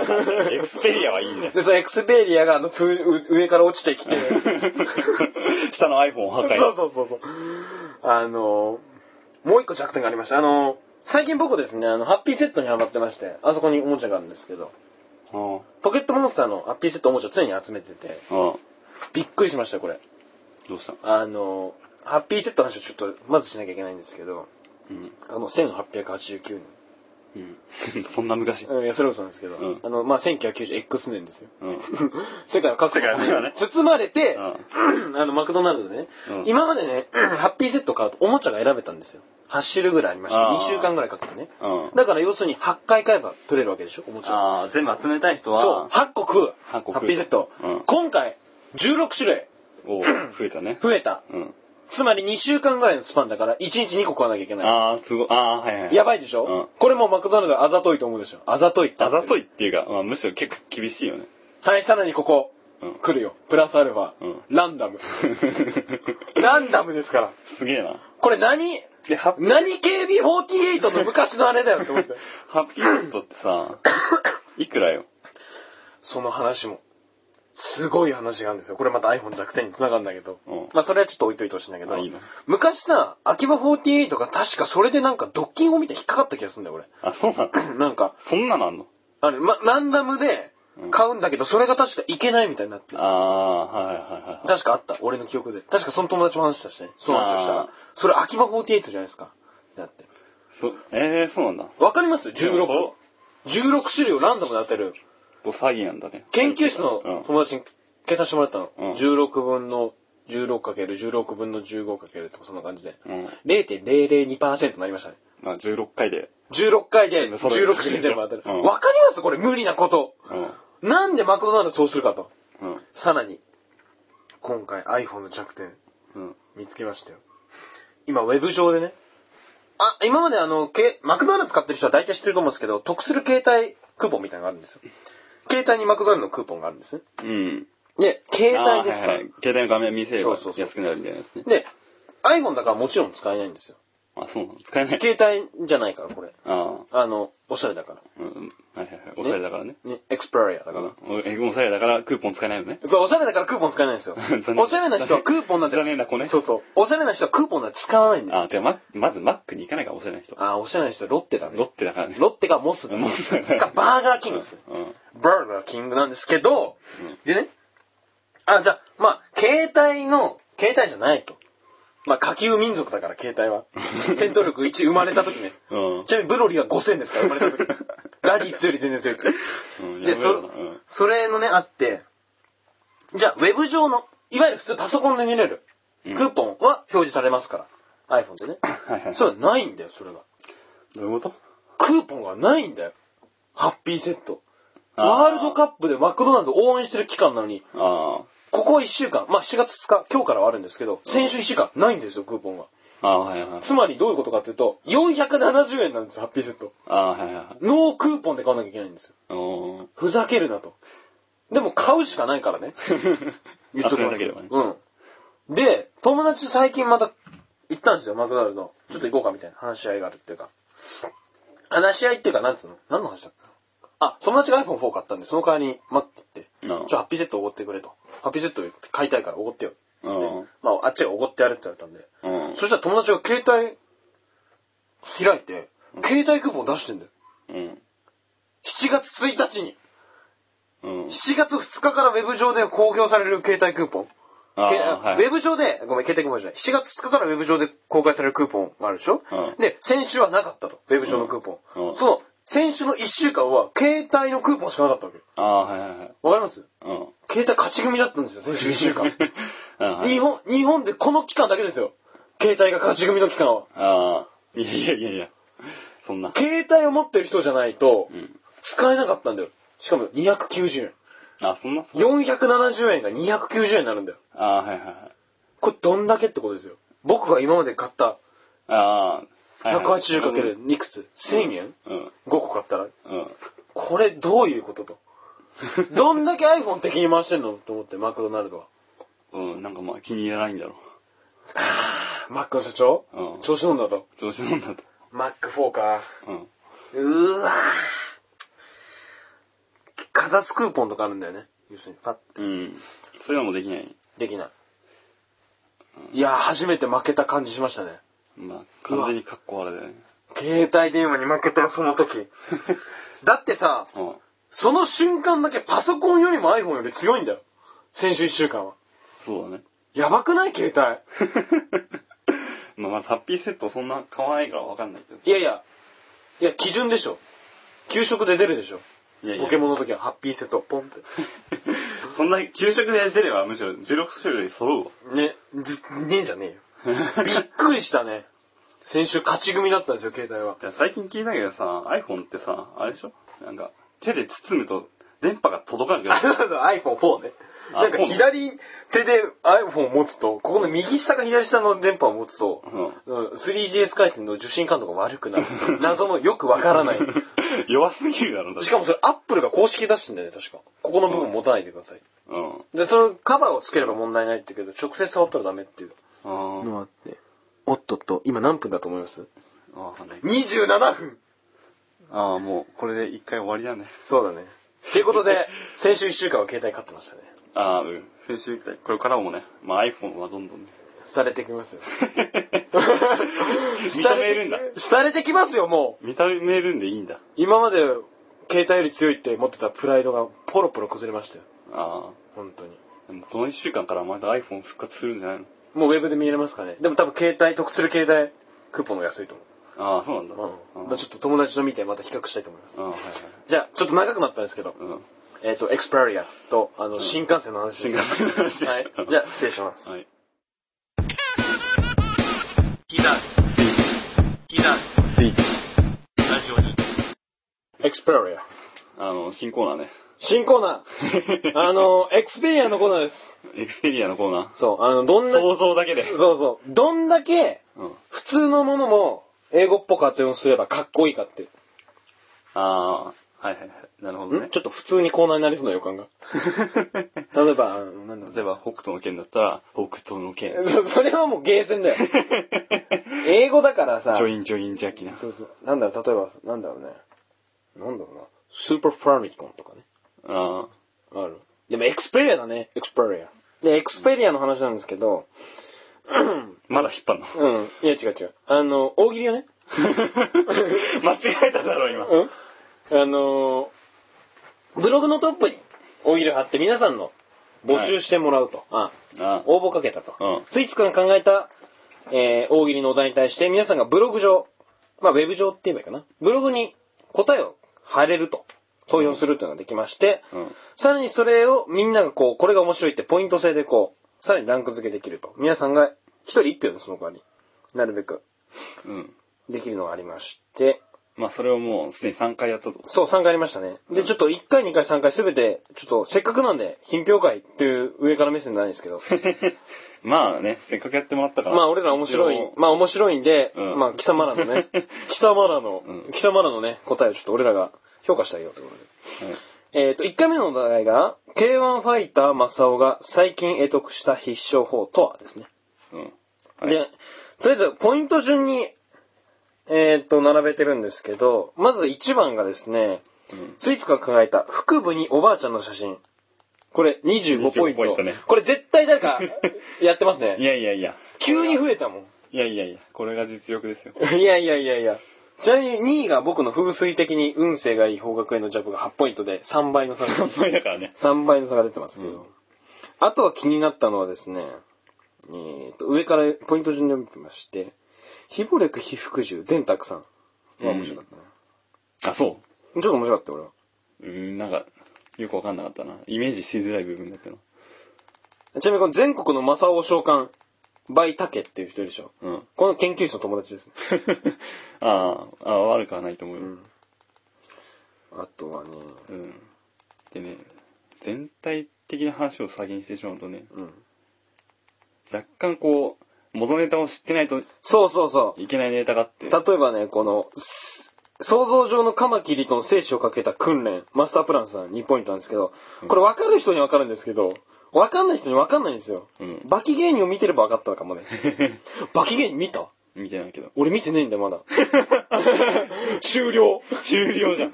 エクスペリアはいいんだよ。で、そのエクスペリアが、あの、通う上から落ち てきて、下の iPhone を破壊。そうそうそうそう。あのー、もう一個弱点がありました。あのー、最近僕ですね、あの、ハッピーセットにハマってまして、あそこにおもちゃがあるんですけど、うん。ポケットモンスターのハッピーセットおもちゃを常に集めてて、うん。びっくりしました、これ。どうしたあのー、ハッピーセットの話をちょっと、まずしなきゃいけないんですけど、うん。あの、1889うん。 そんな昔。年。うん、いや、それこそなんですけど、うんあの、まあ、1990X 年ですよ。 うん。世界は各世界は国ねに包まれて、うあの、マクドナルドでね、うん今までね、 ハッピーセット買うとおもちゃが選べたんですよ。8種類ぐらいありました。あー2週間ぐらいかけてね。うん。だから要するに8回買えば取れるわけでしょ、おもちゃ。ああ、全部集めたい人は、そう、8個食う。 8個食うハッピーセット。うん今回、16種類おー増えたね。増えた。うん。つまり2週間ぐらいのスパンだから、1日2個食わなきゃいけない。ああ、すごい。ああ、はいはい。やばばいでしょ、うんこれもうマクドナルドあざといと思うでしょあざといって。あざとい。いっていうか、まあ、むしろ結構厳しいよね。はい、さらにここ、うん来るよ。プラスアルファ、うん ランダム。ランダムですから。すげえな。これ何で、ハッ何 KB48 の昔のあれだよって思って。ハッピーセットってさ、いくらよその話も。すごい話があるんですよ。これまた iPhone 弱点に繋がるんだけど。うんまあそれはちょっと置いといてほしいんだけどあいいの。昔さ、秋葉48が確かそれでなんかドッキングを見て引っかかった気がするんだよ、あ、そうなの俺。なんか、そんなのあんのあれ、ま、ランダムで買うんだけど、それが確かいけないみたいになってあ。あ、はいはいはい。確かあった。俺の記憶で。確かその友達も話したしね。そう話をしたあーら。それ秋葉48じゃないですか。だって。そえー、そうなんだ。わかります ?16 でも個。16種類をランダムで当てる。そう。と詐欺なんだね。研究室のう友達に計算してもらったの。うん16分の 16×16 分の 15× とかそんな感じで。ん。うん。 0.002%になりましたね。まあ、16回で。 16回でそれ16種類全部当てる。うわ、んかりますこれ無理なこと。うなんでマクドナルドそうするかと。ん。うん。さらに、今回 iPhone の弱点うん。見つけましたよ。今、ウェブ上でね。あ、今まであの、けマクドナルド使ってる人は大体知ってると思うんですけど、得する携帯クーポンみたいなのがあるんですよ。携帯にマクドナルドのクーポンがあるんですね。うん。で、携帯ですから。あーはいはい携帯の画面見せればそうそうそう安くなるみたいなやつね。で、iPhone だからもちろん使えないんですよ。あ、そうなの使えない。携帯じゃないから、これ。ああの、おしゃれだかあ、うん。はいはいはい。おしゃれだからね。ら。ね、エクスプローラーだだか。からら、おえおしゃれだからクーポン使えないのね。そう、おしゃれだからクーポン使えないんですよ残。念おしゃれな人はクーポンなんて。残念な子ねそうそう。おしゃれな人はクーポンなんて使わないんですよ。あ、てか、ま、まずマックに行かないからおしゃれな人。あー、おしゃれな人はロッテだね。ロッテだからね。ロッテがモスだねモスだねかバーガーキングですね。うん。バーガーキングなんですけど、でね、あ、じゃあ、まあ、携帯の、携帯じゃないと。まあ、下級民族だから、携帯 は。戦闘力1生まれた時ね。うんちなみにブロリーは5000ですから、生まれた時。ラディッツより全然強い。うん。で、やべえなそ、それのね、あって、じゃあ、ウェブ上の、いわゆる普通パソコンで見れる、うんクーポンは表示されますから。iPhone でね。はいはい。そうないんだよ、それが。どういうことクーポンがないんだよ。ハッピーセット。あーワールドカップでマクドナルド応援してる期間なのに、あここ1週間、まあ7月2日、今日からはあるんですけど、先週1週間、ないんですよ、クーポンが。あ。ああ、はいはい。つまりどういうことかっていうと、470円なんですよ、ハッピーセット。ああ、はいはい。ノークーポンで買わなきゃいけないんですよ。お ー。ふざけるなと。でも買うしかないからね。言っとき集めなますけけれどばね。うん。で、友達と最近また行ったんですよ、マクドナルド。ちょっと行こうかみたいな話し合いがあるっていうか。話し合いっていうか、なんつうの何の話だったのあ、友達が iPhone4 買ったんで、その代わりに待ってって、うんちょ、ハッピーセットおごってくれと。ハッピーセット買いたいからおごってよ。つってうん、まあ、あっちがおごってやるって言われたんで。うん。そしたら友達が携帯開いて、携帯クーポン出してんだよ。うん。 7月1日に。うん。 7月2日からウェブ上で公表される携帯クーポン。ああ、けはウェい。ブ上で、ごめん、携帯クーポンじゃない。7月2日からウェブ上で公開されるクーポンがあるでしょ、うんで、先週はなかったと。ウェブ上のクーポン。うんうんその、先週の1週間は、携帯のクーポンしかなかったわけ。ああ、はいはいはい。わかりますうん。携帯勝ち組だったんですよ、先週1週間。 ああ、はい日本、日本でこの期間だけですよ。携帯が勝ち組の期間は。ああ、いやいやいやいや、そんな。携帯を持ってる人じゃないとう、ん。使えなかったんだよ。しかも290円。あ、そんな、そんな。 470円が290円になるんだよ。ああ、はいはいはい。これどんだけってことですよ。僕が今まで買ったああ、はいはい 180× いくつ ?1000 円うん、 ?5 個買ったら。うん。これどういうこと と。どんだけ iPhone 的に回してんのと思って、マクドナルドは。うん、なんかまあ気に入らないんだろマックの社長、うん調子乗んだと。う。調子乗んだと。マック4か。うん。うーわーかざすクーポンとかあるんだよね。要するに、パッうん。そういうのもできない。できない。いやー、初めて負けた感じしましたね。まあ、完全に格好あれだよね。携帯電話に負けたよその時。だってさ、 うん。その瞬間だけパソコンよりも iPhone より強いんだよ。先週1週間は。そうだね。 やばくない携帯。まあ、まずハッピーセットそんな買わないからわかんないけど。いやいや、いや、基準でしょ。給食で出るでしょ。いやいやポケモンの時はハッピーセット、ポンって。 そんな給食で出ればむしろ16種類揃う わ。ね、ずねえじゃねえよ。びっくりしたね。先週勝ち組だったんですよ、携帯は。いや最近聞いたけどさ、iPhone ってさ、あれでしょなんか、手で包むと電波が届かなくなある。の iPhone4 ね。あなんかフォーね左手で iPhone を持つと、ここの右下か左下の電波を持つと、うん 3GS 回線の受信感度が悪くなる。 謎のよくわからない。 弱すぎるだろ、だってしかもそれ Apple が公式で出してんだよね、確か。ここの部分持たないでください。うん。で、そのカバーをつければ問題ないって言うけど、直接触ったらダメっていう。あーのあって。おっとっと、今何分だと思いますあー、わかんない。 ?27 分ああ、もう、これで一回終わりだね。そうだね。ということで、先週1週間は携帯買ってましたね。ああ、うん。先週言ったこれからもね、まあ iPhone はどんど んね。廃れてきますよ。 認めるんだ。廃れてきますよ、もう。認めるんでいいんだ。今まで、携帯より強いって持ってたプライドがポロポロ崩れましたよ。あ本当に。あ。でもこの一週間からまた iPhone 復活するんじゃないのもうウェブで見れますかね。でも多分携帯、得する携帯、クーポンが安いと思う。ああ、そうなんだ。うんあまあーちょっと友達と見てまた比較したいと思います。あー、はいじゃあ、ちょっと長くなったんですけど、はい。うん。えっ、と、エクスプラリアと、あの、新幹線の話です。新幹線の話はい。じゃあ、失礼します。はい。スイーツ。エクスプラリア。あの、新コーナーね。 新コーナー。あの、エクスペリアのコーナーです。エクスペリアのコーナそう、あの、どんー。な、想像だけで。そうそう、どんだけ、うん。普通のものも、英語っぽく発音すればかっこいいかって。ああ、はいはいはい。なるほどねんち。ょっと普通にコーナーになりそうな予感が。例えば、あのなんだろ例えば、北斗の剣だったら、北斗の剣う。。 そそれはもうゲーセン だよ。英語だからさジ、ョインジョインジャキな。そうそう。なんだろう、例えば、なんだろうね。なんだろうな。スーパーファミコンとかね。あある。でも、エクスペリアだね。エクスペリア。で、エクスペリアの話なんですけど、 あ。まだ引っ張 んの。うん。いや、違う違う。あの、大喜利をね。間違えただろ、今。うんあのー、ブログのトップに大喜利を貼って皆さんの募集してもらうと。ああ応募かけたと。うんスイーツくんが考えたえー、大喜利のお題に対して皆さんがブログ上、まあ、ウェブ上って言えばいいかな。ブログに答えを貼れると、投票するというのができまして、うん。さらにそれをみんながこう、これが面白いってポイント制でこう、さらにランク付けできると。皆さんが一人一票のその代わり、なるべくうん。できるのがありまして、まあ、それをもうすでに3回やったと。そう、3回ありましたね。で、ちょっと1回、2回、3回すべて、ちょっとせっかくなんで、品評会っていう上から目線じゃないですけど、 まあね、せっかくやってもらったから。まあ俺ら面白い一応、まあ面白いんで、うんまあ貴様らのね、 貴様らの、うん貴様らのね、答えをちょっと俺らが評価してあげようということで。はいえっ、と、1回目のお題が、K1 ファイター正雄が最近得得した必勝法とはですね。うん。はいで、とりあえず、ポイント順に、えっ、と、並べてるんですけど、まず1番がですね、うんスイーツが考えた腹部におばあちゃんの写真。これ25ポイン25ト。ポイントねこれ絶対なんか、やってま すいね。やいやいや。急に増えたもん。いやいやいや。これが実力ですよ。 いやいやいやいや。ちなみに2位が僕の風水的に運勢がいい方角へのジャブが8ポイントで3倍の差が、 3倍だからね。 3倍の差が出てますけど。うんあとは気になったのはですね、えー、と、上からポイント順で見てまして、非暴力、非服従、電卓さん。まあ面白かったね。あ、そちょっと面白かったよ俺は。う。うん、なんか、よくわかんなかったな。イメージしづらい部分だけど。ちなみにこの全国の正雄召喚、バイタケっていう人いるでしょ。うん。 この研究室の友達ですね。あーあー、悪くはないと思うよ。あとはね、うん。でね、全体的な話を先にしてしまうとね、うん。若干こう、元ネタを知ってないとそうそうそいけないネタがあって。う。例えばね、この、す想像上のカマキリとの生死をかけた訓練、マスタープランさん2ポイントなんですけど、これ分かる人に分かるんですけど、分かんない人に分かんないんですよ。うん。バキ芸人を見てれば分かったのか もね。バキ芸人見たみたいなんだけど。俺見てねえんだよ、まだ。 終了終了じゃん。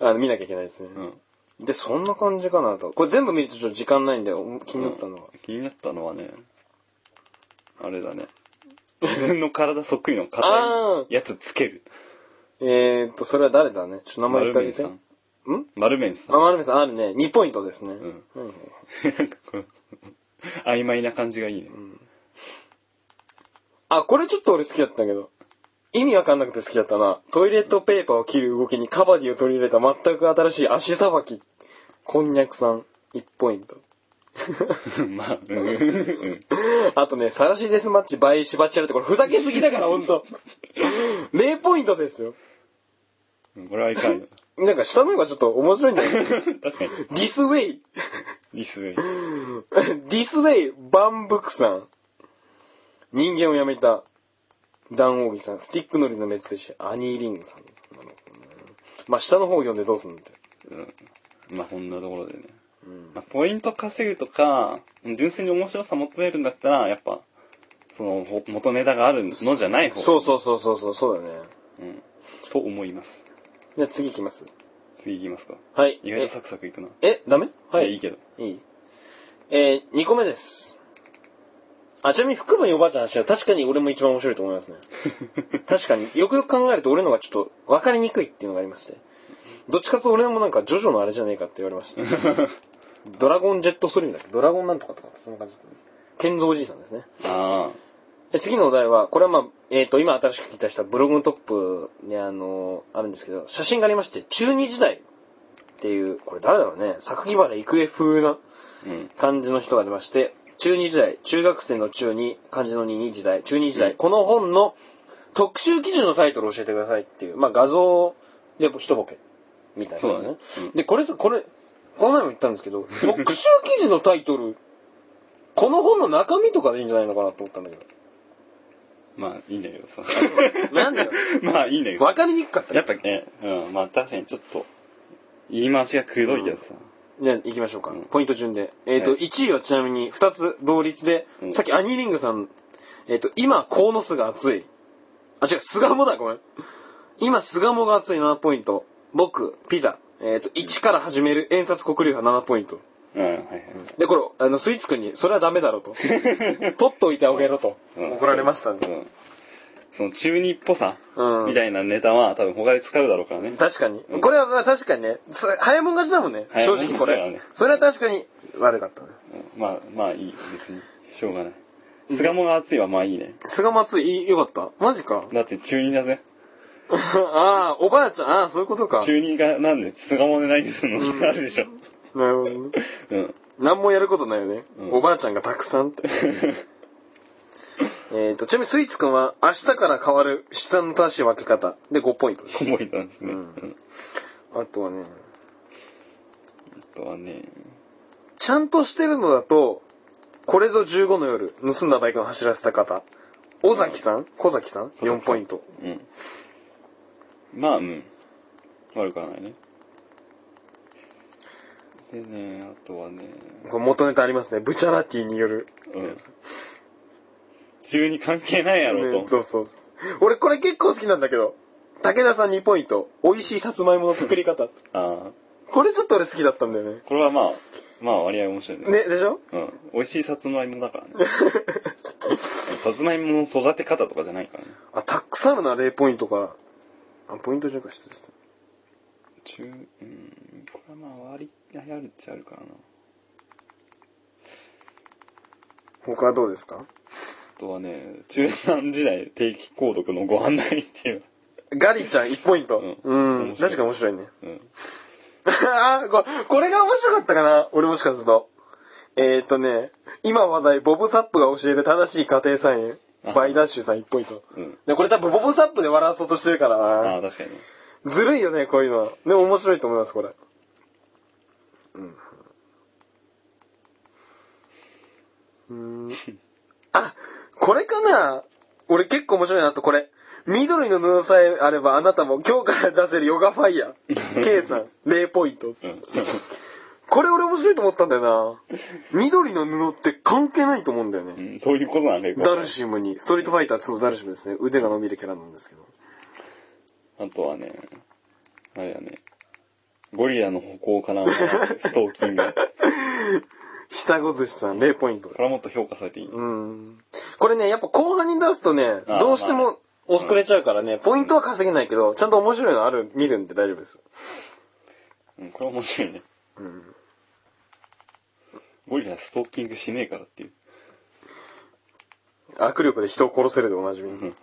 あの、見なきゃいけないですね。うん。で、そんな感じかなと。これ全部見るとちょっと時間ないんで、お気になったのは。気になったのはね、あれだね。自分の体そっくりのあ硬いやつつける。えーっと、それは誰だねちょっと名前丸言ってあ麺げて。さんん。丸麺さあ、ん。丸目さん、あるね。2ポイントですんね。はいはいはいなんか こう曖昧な感じがいいね。 あ、これちょっと俺好きだったんだけど。意味わかんなくて好きだったな。トイレットペーパーを切る動きにカバディを取り入れた全く新しい足さばき。こんにゃくさん、1ポイント。 まあ、うんうん。あとね、サラシデスマッチ、バイシバチャルって、これふざけすぎだから、ほんと。0ポイントですよ。うんこれはいかんよ。 なんか下の方がちょっと面白いんだよ。確かに。ディスウェイ。ディスウェイ。ディスウェイ、バンブクさん。人間をやめた、ダンオーギさん。スティックのりの目つくし、アニーリングさん。なるほどねまあ、下の方読んでどうすんのって。うん。まあ、こんなところでね。うんまあ、ポイント稼ぐとか、純粋に面白さ求めるんだったら、やっぱ、その、ほ元ネタがあるのじゃない方。そうそうそうそうそう、そうだね。うん。と思います。じゃあ次行きます。次行きますか。はい。意外とサクサクいくな。え、えダメはいやいいい。けど。いい。えー、2個目です。あ、ちなみに福文おばあちゃんの話は確かに俺も一番面白いと思います ね。確かに、よくよく考えると俺のがちょっと分かりにくいっていうのがありまして。どっちかというと俺もなんかジョジョのあれじゃねえかって言われま した。ドラゴンジェットストリームだっけドラゴンなんとかとかそんな感じ。ケンゾおじいさんですね。ああ。で次のお題は、これはまあ、えっ、と、今新しく聞いた人はブログのトップにあのあるんですけど、写真がありまして、中二時代っていう、これ誰だろうね、榊原郁恵風なうん。感じの人が出まして、中二時代、中学生の中に、漢字の二に時代、中二時代、この本の特集記事のタイトルを教えてくださいっていう、まあ画像で一ボケ、みたいなそうだねね。うんで、これさ、これ、この前も言ったんですけど、 特集記事のタイトル、この本の中身とかでいいんじゃないのかなと思ったんだけど。まあ、いいんだけ どさ。なんでよ。まあ、いいんだけど。わかりにくかったやっぱね、うん。まあ、確かにちょっと、言い回しがくどいけどさ。じゃあ行きましょうか。うんポイント順で。えっ、と、はい1位はちなみに2つ同率で、うんさっきアニーリングさん、えっ、と、今、コウノスが熱い。あ、違う、スガモだ、ごめん。今、スガモが熱い7ポイント。僕、ピザ。えっ、と、1から始める、円札黒流派7ポイント。うん、はいはい。で、これ、あの、スイーツくんに、それはダメだ ろと。取っといてあげろと。うん怒られましたねうん。その中二っぽさ、うんみたいなネタは多分他で使うだろうからね。確かに。うんこれは、まあ確かにね、そ早いもん勝ちだもんね。早い正もん直こそうだれね。それは確かに悪かったね。うんまあ、まあいい。別に。しょうがない。菅もが熱いはまあいいね。菅松いい、よかった。マジか。だって中二だぜ。 ああ、おばあちゃん、ああ、そういうことか。中二がなんで菅もで何すんのってあるでしょ。なるほどね。うん。 何もやることないよね。うんおばあちゃんがたくさんって。えっと、ちなみにスイーツくんは、明日から変わる資産の正しい分け方。で、5ポイントです。思いなんですね。ううんん。あとはね、あとはね、ちゃんとしてるのだと、これぞ15の夜、盗んだバイクの走らせた方。尾崎さん小崎さん崎さん ?4 ポイント。うん。まあ、うん。悪くはないね。でね、あとはね、これ元ネタありますね。ブチャラティによる。うん。中二関係ないやろねうと。そうそうそう。俺これ結構好きなんだけど。武田さん2ポイント。美味しいさつまいもの作 り方。ああ。これちょっと俺好きだったんだよね。これはまあ、まあ割合面白いね。ね、でしょうん。美味しいさつまいもだからね。さつまいもの育て方とかじゃないからね。あ、たくさんあるな、0ポイントから。あ、ポイント順化してる中、うん、これはまあ割合あるっちゃあるからな。他はどうですかあとはね、中3時代定期購読のご案内っていう。ガリちゃん1ポイント。う。うん面白い確か面白いね。 うん。あーこ、これが面白かったかな俺もしかすると。えー、っとね、今話題、ボブサップが教える正しい家庭菜園。あバイダッシュさん1ポイント。うん。で、これ多分ボブサップで笑わそうとしてるからあなあ、確かにね。ずるいよね、こういうのは。でも面白いと思います、これ。うん。うーん。あ、これかな俺結構面白いなと、これ。緑の布さえあればあなたも今日から出せるヨガファイヤー。K さ ん、0ポインうト。ん。これ俺面白いと思ったんだよな。緑の布って関係ないと思うんだようね。ん、そういうことなんかよくわかダんなルいシムに、ストリートファイター2のダルシムですね。腕が伸びるキャラなんですけど。 あとはね、あれやね、ゴリラの歩行かな、ストーキン グ。久子寿司さん0ポイントこ。れはもっと評価されていい。うん。これね、やっぱ後半に出すとね、あどうしても遅れちゃうからね、ポイントは稼げないけど、ちゃんと面白いのある、見るんで大丈夫です。うん、これは面白いね。うん。ゴリラストーキングしねえから っていう。握力で人を殺せるでおなじみ。うん。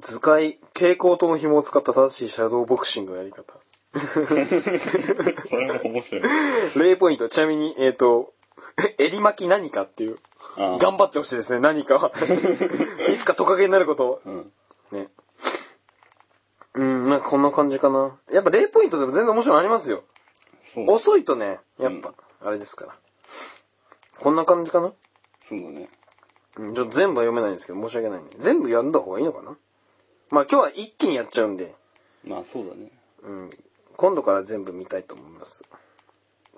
図解、蛍光灯の紐を使った正しいシャドーボクシングのやり方。それも面白い。 0ポイント。ちなみに、えっ、と、 襟巻き何かっていう。あ頑張ってほしいですね、何か は。いつかトカゲになることを。うん。ね。うん、なんかこんな感じかな。やっぱ0ポイントでも全然面白いのありますよ。そう。遅いとね、やっうぱ、あれですから。こんな感じかなそうだね。うん、ちょっと全部は読めないんですけど、申し訳ないね。全部やんだ方がいいのかなまあ今日は一気にやっちゃうんで、まあそうだね。うん、今度から全部見たいと思います。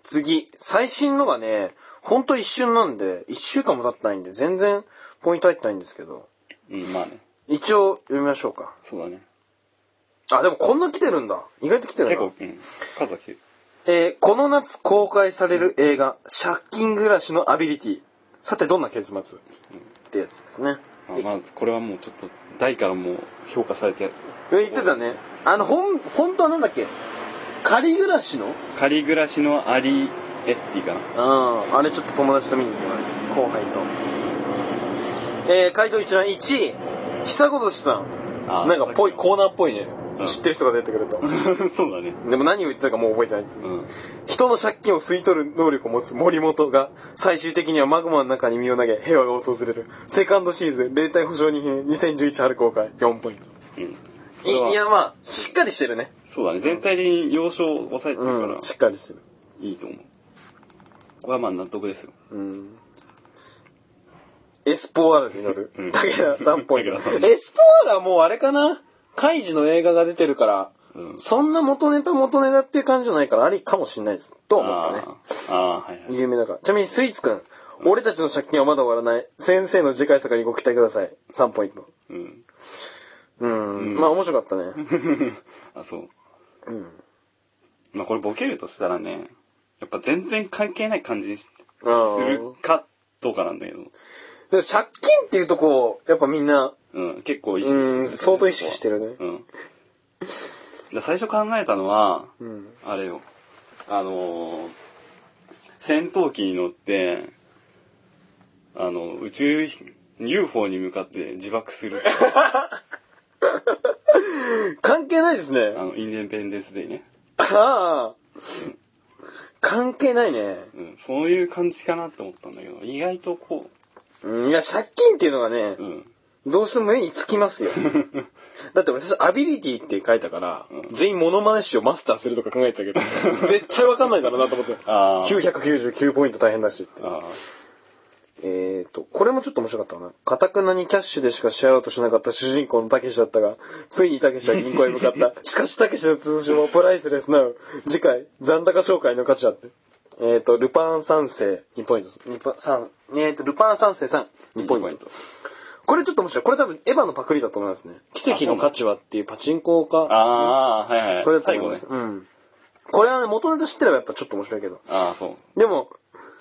次、最新のがね、ほんと一瞬なんで、一週間も経ってないんで、全然ポイント入ってないんですけど、うん、まあね。一応読みましょうか。そうだね。あ、でもこんな来てるんだ。意外と来てるな。結構、うん。数は来てる。えーこの夏公開される映画、借金暮らしのアビリティ。さて、どんな結末、ってやつですね。まあえまず、これはもうちょっと、台からもう評価されてやる。言ってたね。あの、ほん、本当はなんだっけ仮暮らしの仮暮らしのアリエッティかな。うん。あれちょっと友達と見に行ってます。後輩と。えー、回答一覧1位、久子寿司さん。あなんかぽい、コーナーっぽいね。うん知ってる人が出てくると。 そうだね。でも何を言ってたかもう覚えてない。うん。人の借金を吸い取る能力を持つ森本が最終的にはマグマの中に身を投げ平和が訪れるセカンドシーズン霊体保証人編2011春公開4ポイントうん。いこれはいやまあしっかりしてるねそうだね。全体的に要所を抑えてるから、うんしっかりしてるいいと思う。これはまあ納得ですよ。うんエスポワーラに乗るうん武田さんポイント武田さんエスポワーラはもうあれかなカイジの映画が出てるからうん。そんな元ネタ元ネタっていう感じじゃないからありかもしれないですと思ったねあーあー、はいはい。有名だから。ちなみにスイーツくん、俺たちの借金はまだ終わらない。先生の次回作にご期待ください。3ポイント。うん。 ううーん。んまあ面白かったね。あ、そう。うん。まあこれボケるとしたらね、やっぱ全然関係ない感じにしあするかどうかなんだけど、でも借金っていうとこを、やっぱみんな、うん、結構う意識してる、ん、相当意識してるね。うん。だから最初考えたのは、 うん。あれよ、あのー、戦闘機に乗って、あの、宇宙飛、UFO に向かって自爆する。 関係ないですね。あの、インデペンデンスデイね。ああ。関係ないね。うん。そういう感じかなって思ったんだけど、意外とこうんいや、借金っていうのがねう、う、ん。 どうしても目につきますよ。だって俺、最初アビリティって書いたから、うん全員モノマネ師をマスターするとか考えてたけ ど、絶対わかんないだろうなと思って。あー。 999ポイント大変だしって。あーえーと、これもちょっと面白かったな。かたくなにキャッシュでしか支払おうとしなかった主人公のたけしだったが、ついにたけしは銀行へ向か った。しかしたけしの通信もプライスレスなの。次回、残高紹介の価値だって。えーと、ルパン三世2ポイント。ルパン三えーと、ルパン三世3、2ポイント。。これちょっと面白い。これ多分エヴァのパクリだと思いますね。奇跡の価値はっていうパチンコか、あー、はいはいはい。それだと最思後いまねす。。うん。これはね、元ネタ知ってればやっぱちょっと面白いけど。あー、そう。でも、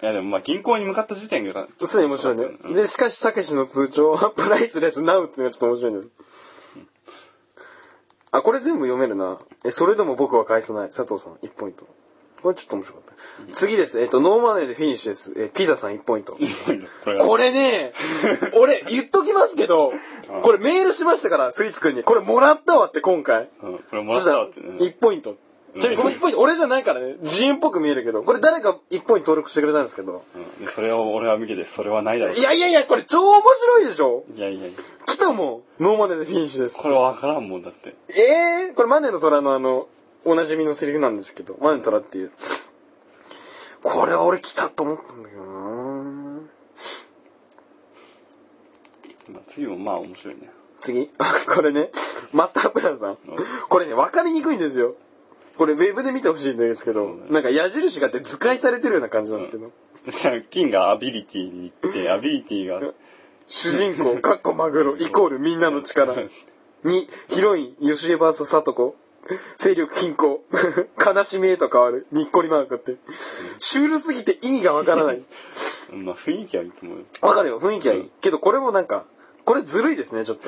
いやでもまあ銀行に向かった時点が、すでに面白いね。で、しかし、たけしの通帳は、 プライスレスナウっていうのがちょっと面白いね。あ、これ全部読めるな。え、それでも僕は返さない。佐藤さん、1ポイント。これちょっと面白かった。次です。えっと、ノーマネーでフィニッシュです。え、ピザさん1ポイント。 これがこ れね、俺、言っときますけど、これメールしましたから、スイーツくんに。これもらったわって、今回。うん、これもらったわってね。 1ポイント。ちなみにこの1ポイント、俺じゃないからね、自由っぽく見えるけど、これ誰か1ポイント登録してくれたんですけど、うんでそれを俺は見てて、それはないだろう。いやいやいや、これ超面白いでしょいやいやいや、来たもんノーマネでフィニッシュです。これわからんもんだって。えー、これマネの虎のあの、おなじみのセリフなんですけど、マネの虎っていう。これは俺来たと思ったんだけどなまあ、次もまあ面白いね。 次 これね、マスタープランさん。これね、わかりにくいんですよ。これウェブで見てほしいんですけそど、うねなんか矢印があって図解されてるような感じなんですけど、じゃあ、金がアビリティに行 って、アビリティが、主人公、かっこマグロ、イコールみんなの力。2、ヒロイン、ヨシエバースサトコ。勢力均衡。 悲しみへと変わる。にっこりマークって。シュールすぎて意味がわからない。うんまあ雰囲気はいいと思うよ。 わかるよ、雰囲気はいい。けどこれもなんか、これずるいですね、ちょっと。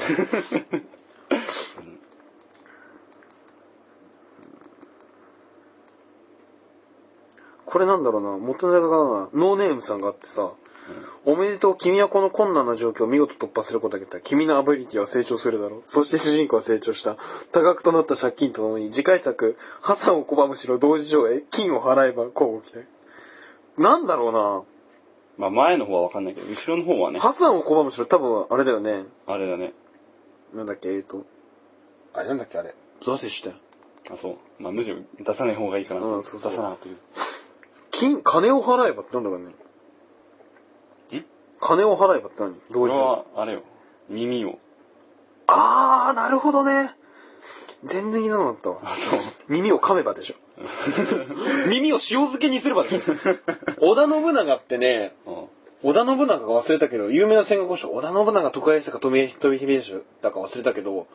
これなんだろうな、元ネタがな、ノーネームさんがあってさ、おめでとう、君はこの困難な状況を見事突破することができた。君のアビリティは成長するだろう。そして主人公は成長した。多額となった借金とともに、次回作、破産を拒むしろ同時上へ、金を払えば、こう起きて。なんだろうな、まあ前の方はわかんないけど、後ろの方はね、ハサンを拒むしろ多分あれだよね。あれだね。なんだっけ、えっと。あれなんだっけ、あれ。どうせしたよ。あ、そう。まあむしろ出さない方がいいかなと。うんそうそう出さなかったけど。金、金を払えばってなんだろうね。ん金を払えばって何こ同れ時上。は、あれよ。耳を。あー、なるほどね。全然気づかなかったわ。あ、そう。耳を噛めばでしょ。 耳を塩漬けにすればでし ょ。織田信長ってね、うん織田信長が忘れたけど、有名な戦国武将、織田信長徳川家か富富姫主だか忘れたけど、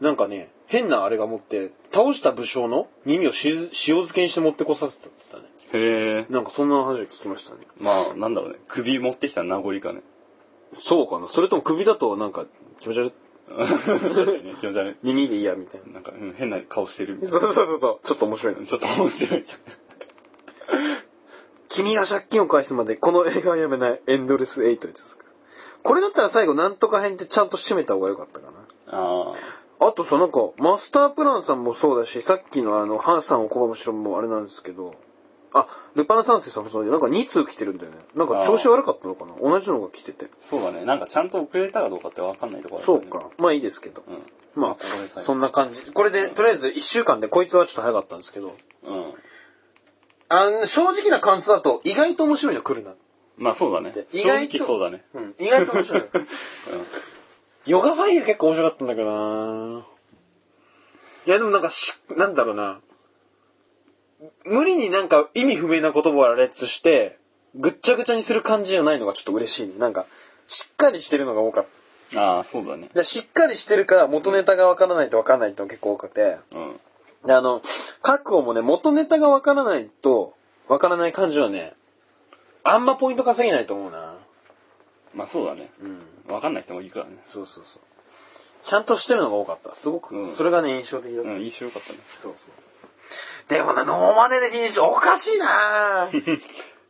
なんかね、変なあれが持って、倒した武将の耳をし塩漬けにして持ってこさせたって言ってたね。へえ。なんかそんな話を聞きましたね。まあ、なんだろうね。首持ってきた名残かね。 そうかなそれとも首だとなんか気持ち悪い確かにね、気持ち悪耳でいいやみたいい。なんか、うん変な顔してるみたいそうそうそうそう。ちょっと面白いなな。。ちょっと面白い。君が借金を返すまでこの映画はやめない。エンドレスエイトです。これだったら最後なんとか編ってちゃんと締めた方が良かったかな。ああとさ、なんか、マスタープランさんもそうだし、さっきのあの、ハンさんを拒むしろもあれなんですけど、あ、ルパン三世さんもそうで、なんか2通来てるんだよね。なんか調子悪かったのかな同じのが来てて。そうだね。なんかちゃんと遅れたかどうかってわかんないところ、そう。か。まあいいですけど。うん。まここであ、最後そんな感じ。これで、とりあえず1週間で、こいつはちょっと早かったんですけど、うん。あの、正直な感想だと、意外と面白いの来るな。まあそうだねで。意正外と直そうだね。うん、意外と面 白いの。うんヨガファイヤー結構面白かったんだけどないや、でもなんかし、なんだろうな。無理になんか意味不明な言葉を羅列して、ぐっちゃぐちゃにする感じじゃないのがちょっと嬉しいね。なんか、しっかりしてるのが多かった。ああ、そうだね。でしっかりしてるから元ネタがわからないとわからないってのが結構多くて。うん。で、あの、覚悟もね、元ネタがわからないと、わからない感じはね、あんまポイント稼げないと思うな。まあそうだね。うん。わかんない人もいるからね。そうそうそう。ちゃんとしてるのが多かった。すごく、うんそれがね、印象的だった。うん、印象良かったね。 そうそう。でもな、ノーマネでフィニッシュ、おかしいなぁ。い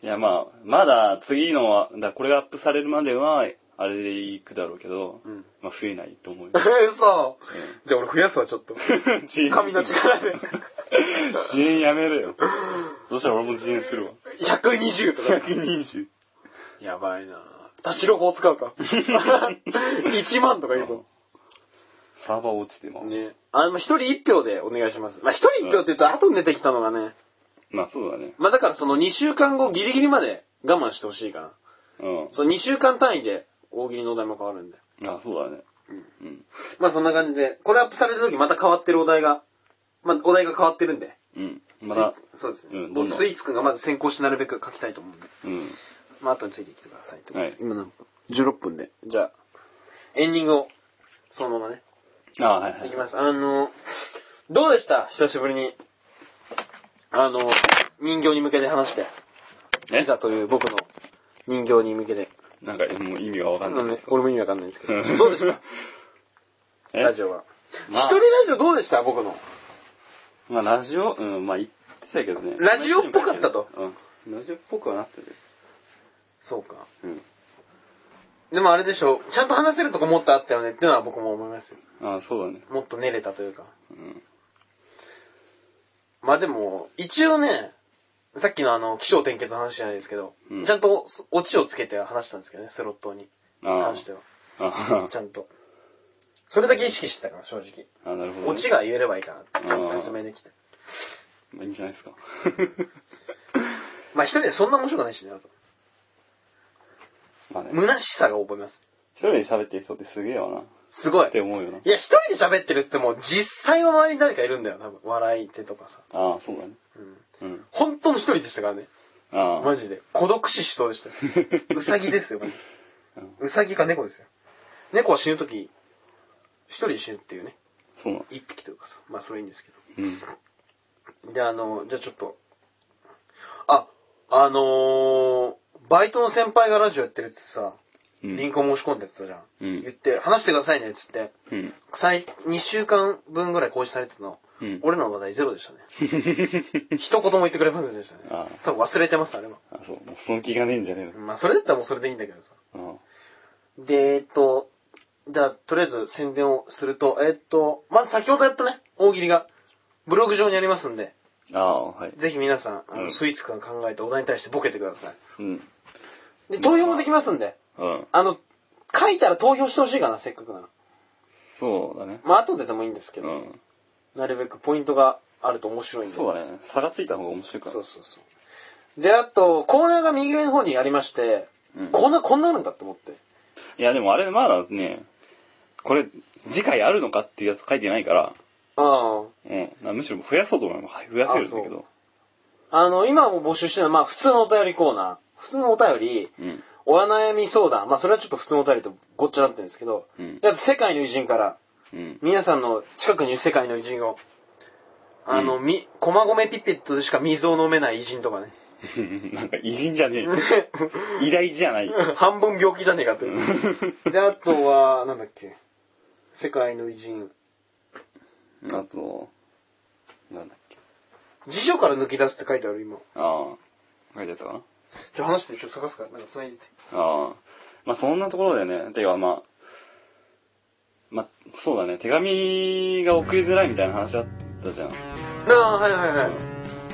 や、まあ、まだ次のは、だこれがアップされるまでは、あれでいくだろうけど、うん。まあ増えないと思うよえ。ー、嘘じゃあ俺増やすわ、ちょっと。 自演 神の力で。自演やめろよ。そしたら俺も自演する わ。 120と か。 120。やばいな田代法使うか。1万とかいいぞ。サーバー落ちても。ね。あの、一人一票でお願いします。まあ、一人一票って言うと、後に出てきたのがね、まあそうだね。まあ、だからその2週間後ギリギリまで我慢してほしいかな。うん。その2週間単位で大喜利のお題も変わるんで。あ、そうだね。うん。まあ、そんな感じで、これアップされた時また変わってるお題が、まあ、お題が変わってるんで。うん。まスイーだ、ツそうですね。うんどんどんスイーツくんがまず先行してなるべく書きたいと思うんで。うん。まあ、後についてきてくださいと。はい今何分 ?16 分で。じゃあ、エンディングを、そのままね。あはいはいいき。ます。あの、どうでした久しぶりに。あの、人形に向けて話して。えいざという僕の人形に向けて。なんか、もう意味がわかんないです。俺も意味わかんないんですけど。うんどうでした えラジオは。まあ一人ラジオどうでした僕の。まあラジオ、うん、まあ言ってたけどね。ラジオっぽかったと。うん。ラジオっぽくはなってる。そうか。うん。でもあれでしょ、ちゃんと話せるとこもっとあったよねってのは僕も思いますよ。ああ、そうだね。もっと練れたというか。うん。まあでも、一応ね、さっきのあの、気象転結の話じゃないですけど、うんちゃんとオチをつけて話したんですけどね、スロットにああ関しては。あちゃんと。それだけ意識してたから、正直。あ、なるほど、ね。オチが言えればいいかなってあー説明できて。まあいいんじゃないです か。まあ一人でそんな面白くないしね、あと。まあね。虚しさが覚えます。一人で喋ってる人ってすげえわな。すごいっ。て思うよな。いや、一人で喋ってるっつっても、実際は周りに誰かいるんだよ、多分。笑い手とかさ。ああ、そうだね。うん。うん。本当の一人でしたからね。ああ。マジで。孤独死しそうでしたよ。 うさぎですよ、マジでうんうさぎか猫ですよ。猫は死ぬとき、一人で死ぬっていうね。そうなの。一匹というかさ。まあ、それいいんですけど。うん。で、あの、じゃあちょっと。あ、あのー、バイトの先輩がラジオやってるってさ、うん。リンクを申し込んでたじゃん。うん言って、話してくださいねっつって、うん。最、2週間分ぐらい更新されてたの。うん。俺の話題ゼロでしたね。一言も言ってくれませんでしたねああ。多分忘れてます、あれは。 あ、そう。もうその気がねえんじゃねまあ、それだったらもうそれでいいんだけどさ。えの。で、えっと、じゃあ、とりあえず宣伝をすると、えっと、まず先ほどやったね、大喜利が、ブログ上にありますんで、ああ。ああ、はい。ぜひ皆さん、あのうんスイーツくんが考えたお題に対してボケてくださうん。い。で、投票もできますんで、うん。あの、書いたら投票してほしいかな、せっかくなら。そうだね。まあ、後ででもいいんですけど、うん。なるべくポイントがあると面白いんで。そうだね。差がついた方が面白いから。そうそうそう。で、あと、コーナーが右上の方にありまして、うんこんな、こんなあるんだって思って。いや、でもあれ、まだね、これ、次回あるのかっていうやつ書いてないから、ああ。うん。なむしろ増やそうと思えば増やせるんだけど。あの、今も募集してるのは、まあ、普通のお便りコーナー。普通のお便り、うん。お悩み相談。まあ、それはちょっと普通のお便りとごっちゃになってるんですけど、うんであと世界の偉人から、うん。皆さんの近くにいる世界の偉人を、あの、うみ、駒込ピピットでしか水を飲めない偉人とかね。なんか 偉人じゃねえ。偉大じゃない。 半分病気じゃねえかという。で、あとは、なんだっけ。世界の偉人。あと、なんだっけ。辞書から抜き出すって書いてある、今。ああ。書いてあったかなちょ、話して、ちょっと探すから、なんか繋いでて。ああ。まあそんなところでね、てかまあ、まあそうだね、手紙が送りづらいみたいな話あったじゃん。ああ、はいはいはい。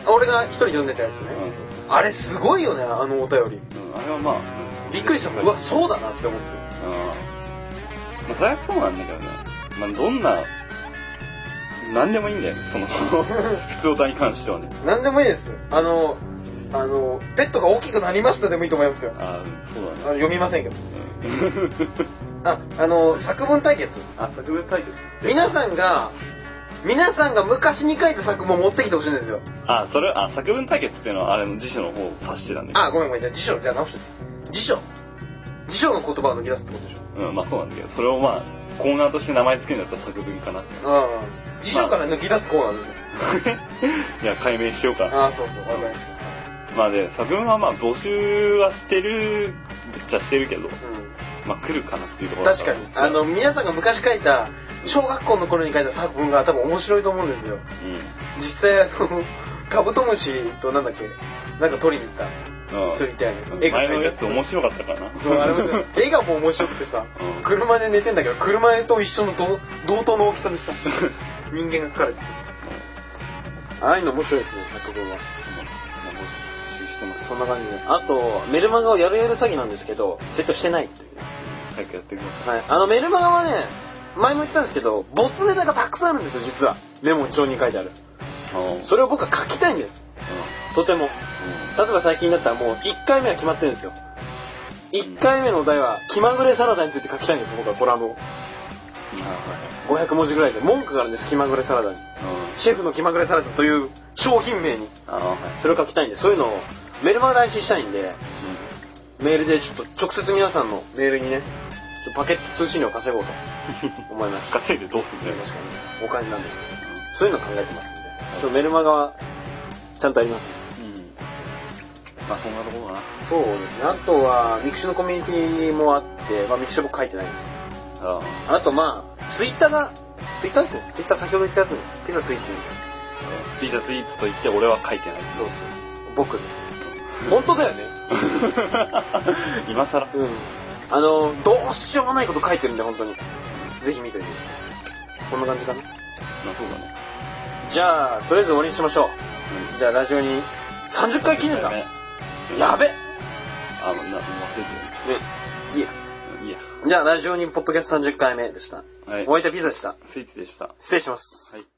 あ俺が一人読んでたやつね。うん、そうそうそう。あれすごいよね、あのお便り。うんあれはまあ、びっくりした。ううんわ、そうだなって思って。まあ、それはそうなんだけどね。まあ、どんな、なんでもいいんだよね、 その、普通歌に関してはね。なんでもいいです。あの、あの、ペットが大きくなりましたでもいいと思いますよ。ああ、うんそうあだのね。読みませんけど。うん あ、あの、作文対決。あ、作文書いて皆さんが、皆さんが昔に書いた作文を持ってきてほしいんですよ。あ、それ、あ、作文対決っていうのは、あれの辞書の方を指してたんだけど。あ、ごめんごめん。じゃあ辞書、じゃあ直して。辞書。辞書の言葉を抜き出すってことでしょ。うん、まあそうなんだけど、それをまあ、コーナーとして名前つけるんだったら作文かなって。うん。辞書から抜き出すコーナーでしいや、解明しようかょ。あ、そうそう。わかりました。まあで、作文はまあ、募集はしてる、ぶっちゃしてるけど、うん。まあ来るかなっていうところだ確らかに。あの、、皆さんが昔書いた、小学校の頃に書いた作文が多分面白いと思うんですよ。う実際、あの、カブトムシとなんだっけ、なんか取りに行った。一人ういたよねん。絵が描前いてあのるやつ面白かったからな。そうあれも さ絵がもう面白くてさ、うん車で寝てんだけど、車と一緒の同同等の大きさで さ、人間が描かれてる。ああいうの面白いですね、作文は。うん募集してます。そんな感じで。あと、メルマガをやるやる詐欺なんですけど、セットしてないっていうね。早くやってくださはい。あの、メルマガはね、前も言ったんですけど、没ネタがたくさんあるんですよ、実は。メモ帳に書いてある。い。うんそれを僕は書きたいんです。とても。う例えば最近だったらもう1回目は決まってるんですよ。1回目のお題は気まぐれサラダについて書きたいんです、僕はコラムを。んはい500文字ぐらいで。文句があるんです、気まぐれサラダに。うんシェフの気まぐれサラダという商品名に。あーはいそれを書きたいんで、そういうのをメルマガで配信したいんで、メールでちょっと直接皆さんのメールにね、ちょっとパケット通信料稼ごうとうん思います。稼いでどうすんだよ。確かに。お金なんで。そういうのを考えてますんで。ちょっとメルマガはちゃんとあります、ね。うん。まあそんなところかな。そうですね。あとは、ミクシィのコミュニティもあって、まあミクシィ僕書いてないんです。ああとまあ、ツイッターが、ツイッターですね。ツイッター先ほど言ったやつに、ピザスイーツに。ースピーザスイーツと言って俺は書いて ないです。そうそうそうそう。僕ですね。本当だよね。今更。うん。あの、どうしようもないこと書いてるんで、本当に。ぜひ見といてください。こんな感じかな。まあそうだね。じゃあ、とりあえず終わりにしましょう。じゃあ、ラジオに30回記念だ。ねやべね。あの、な、もう忘れていいや。る。うんいいや。じゃあ、ラジオにポッドキャスト30回目でした。はいお。相手はピザでした。スイーツでした。失礼します。はい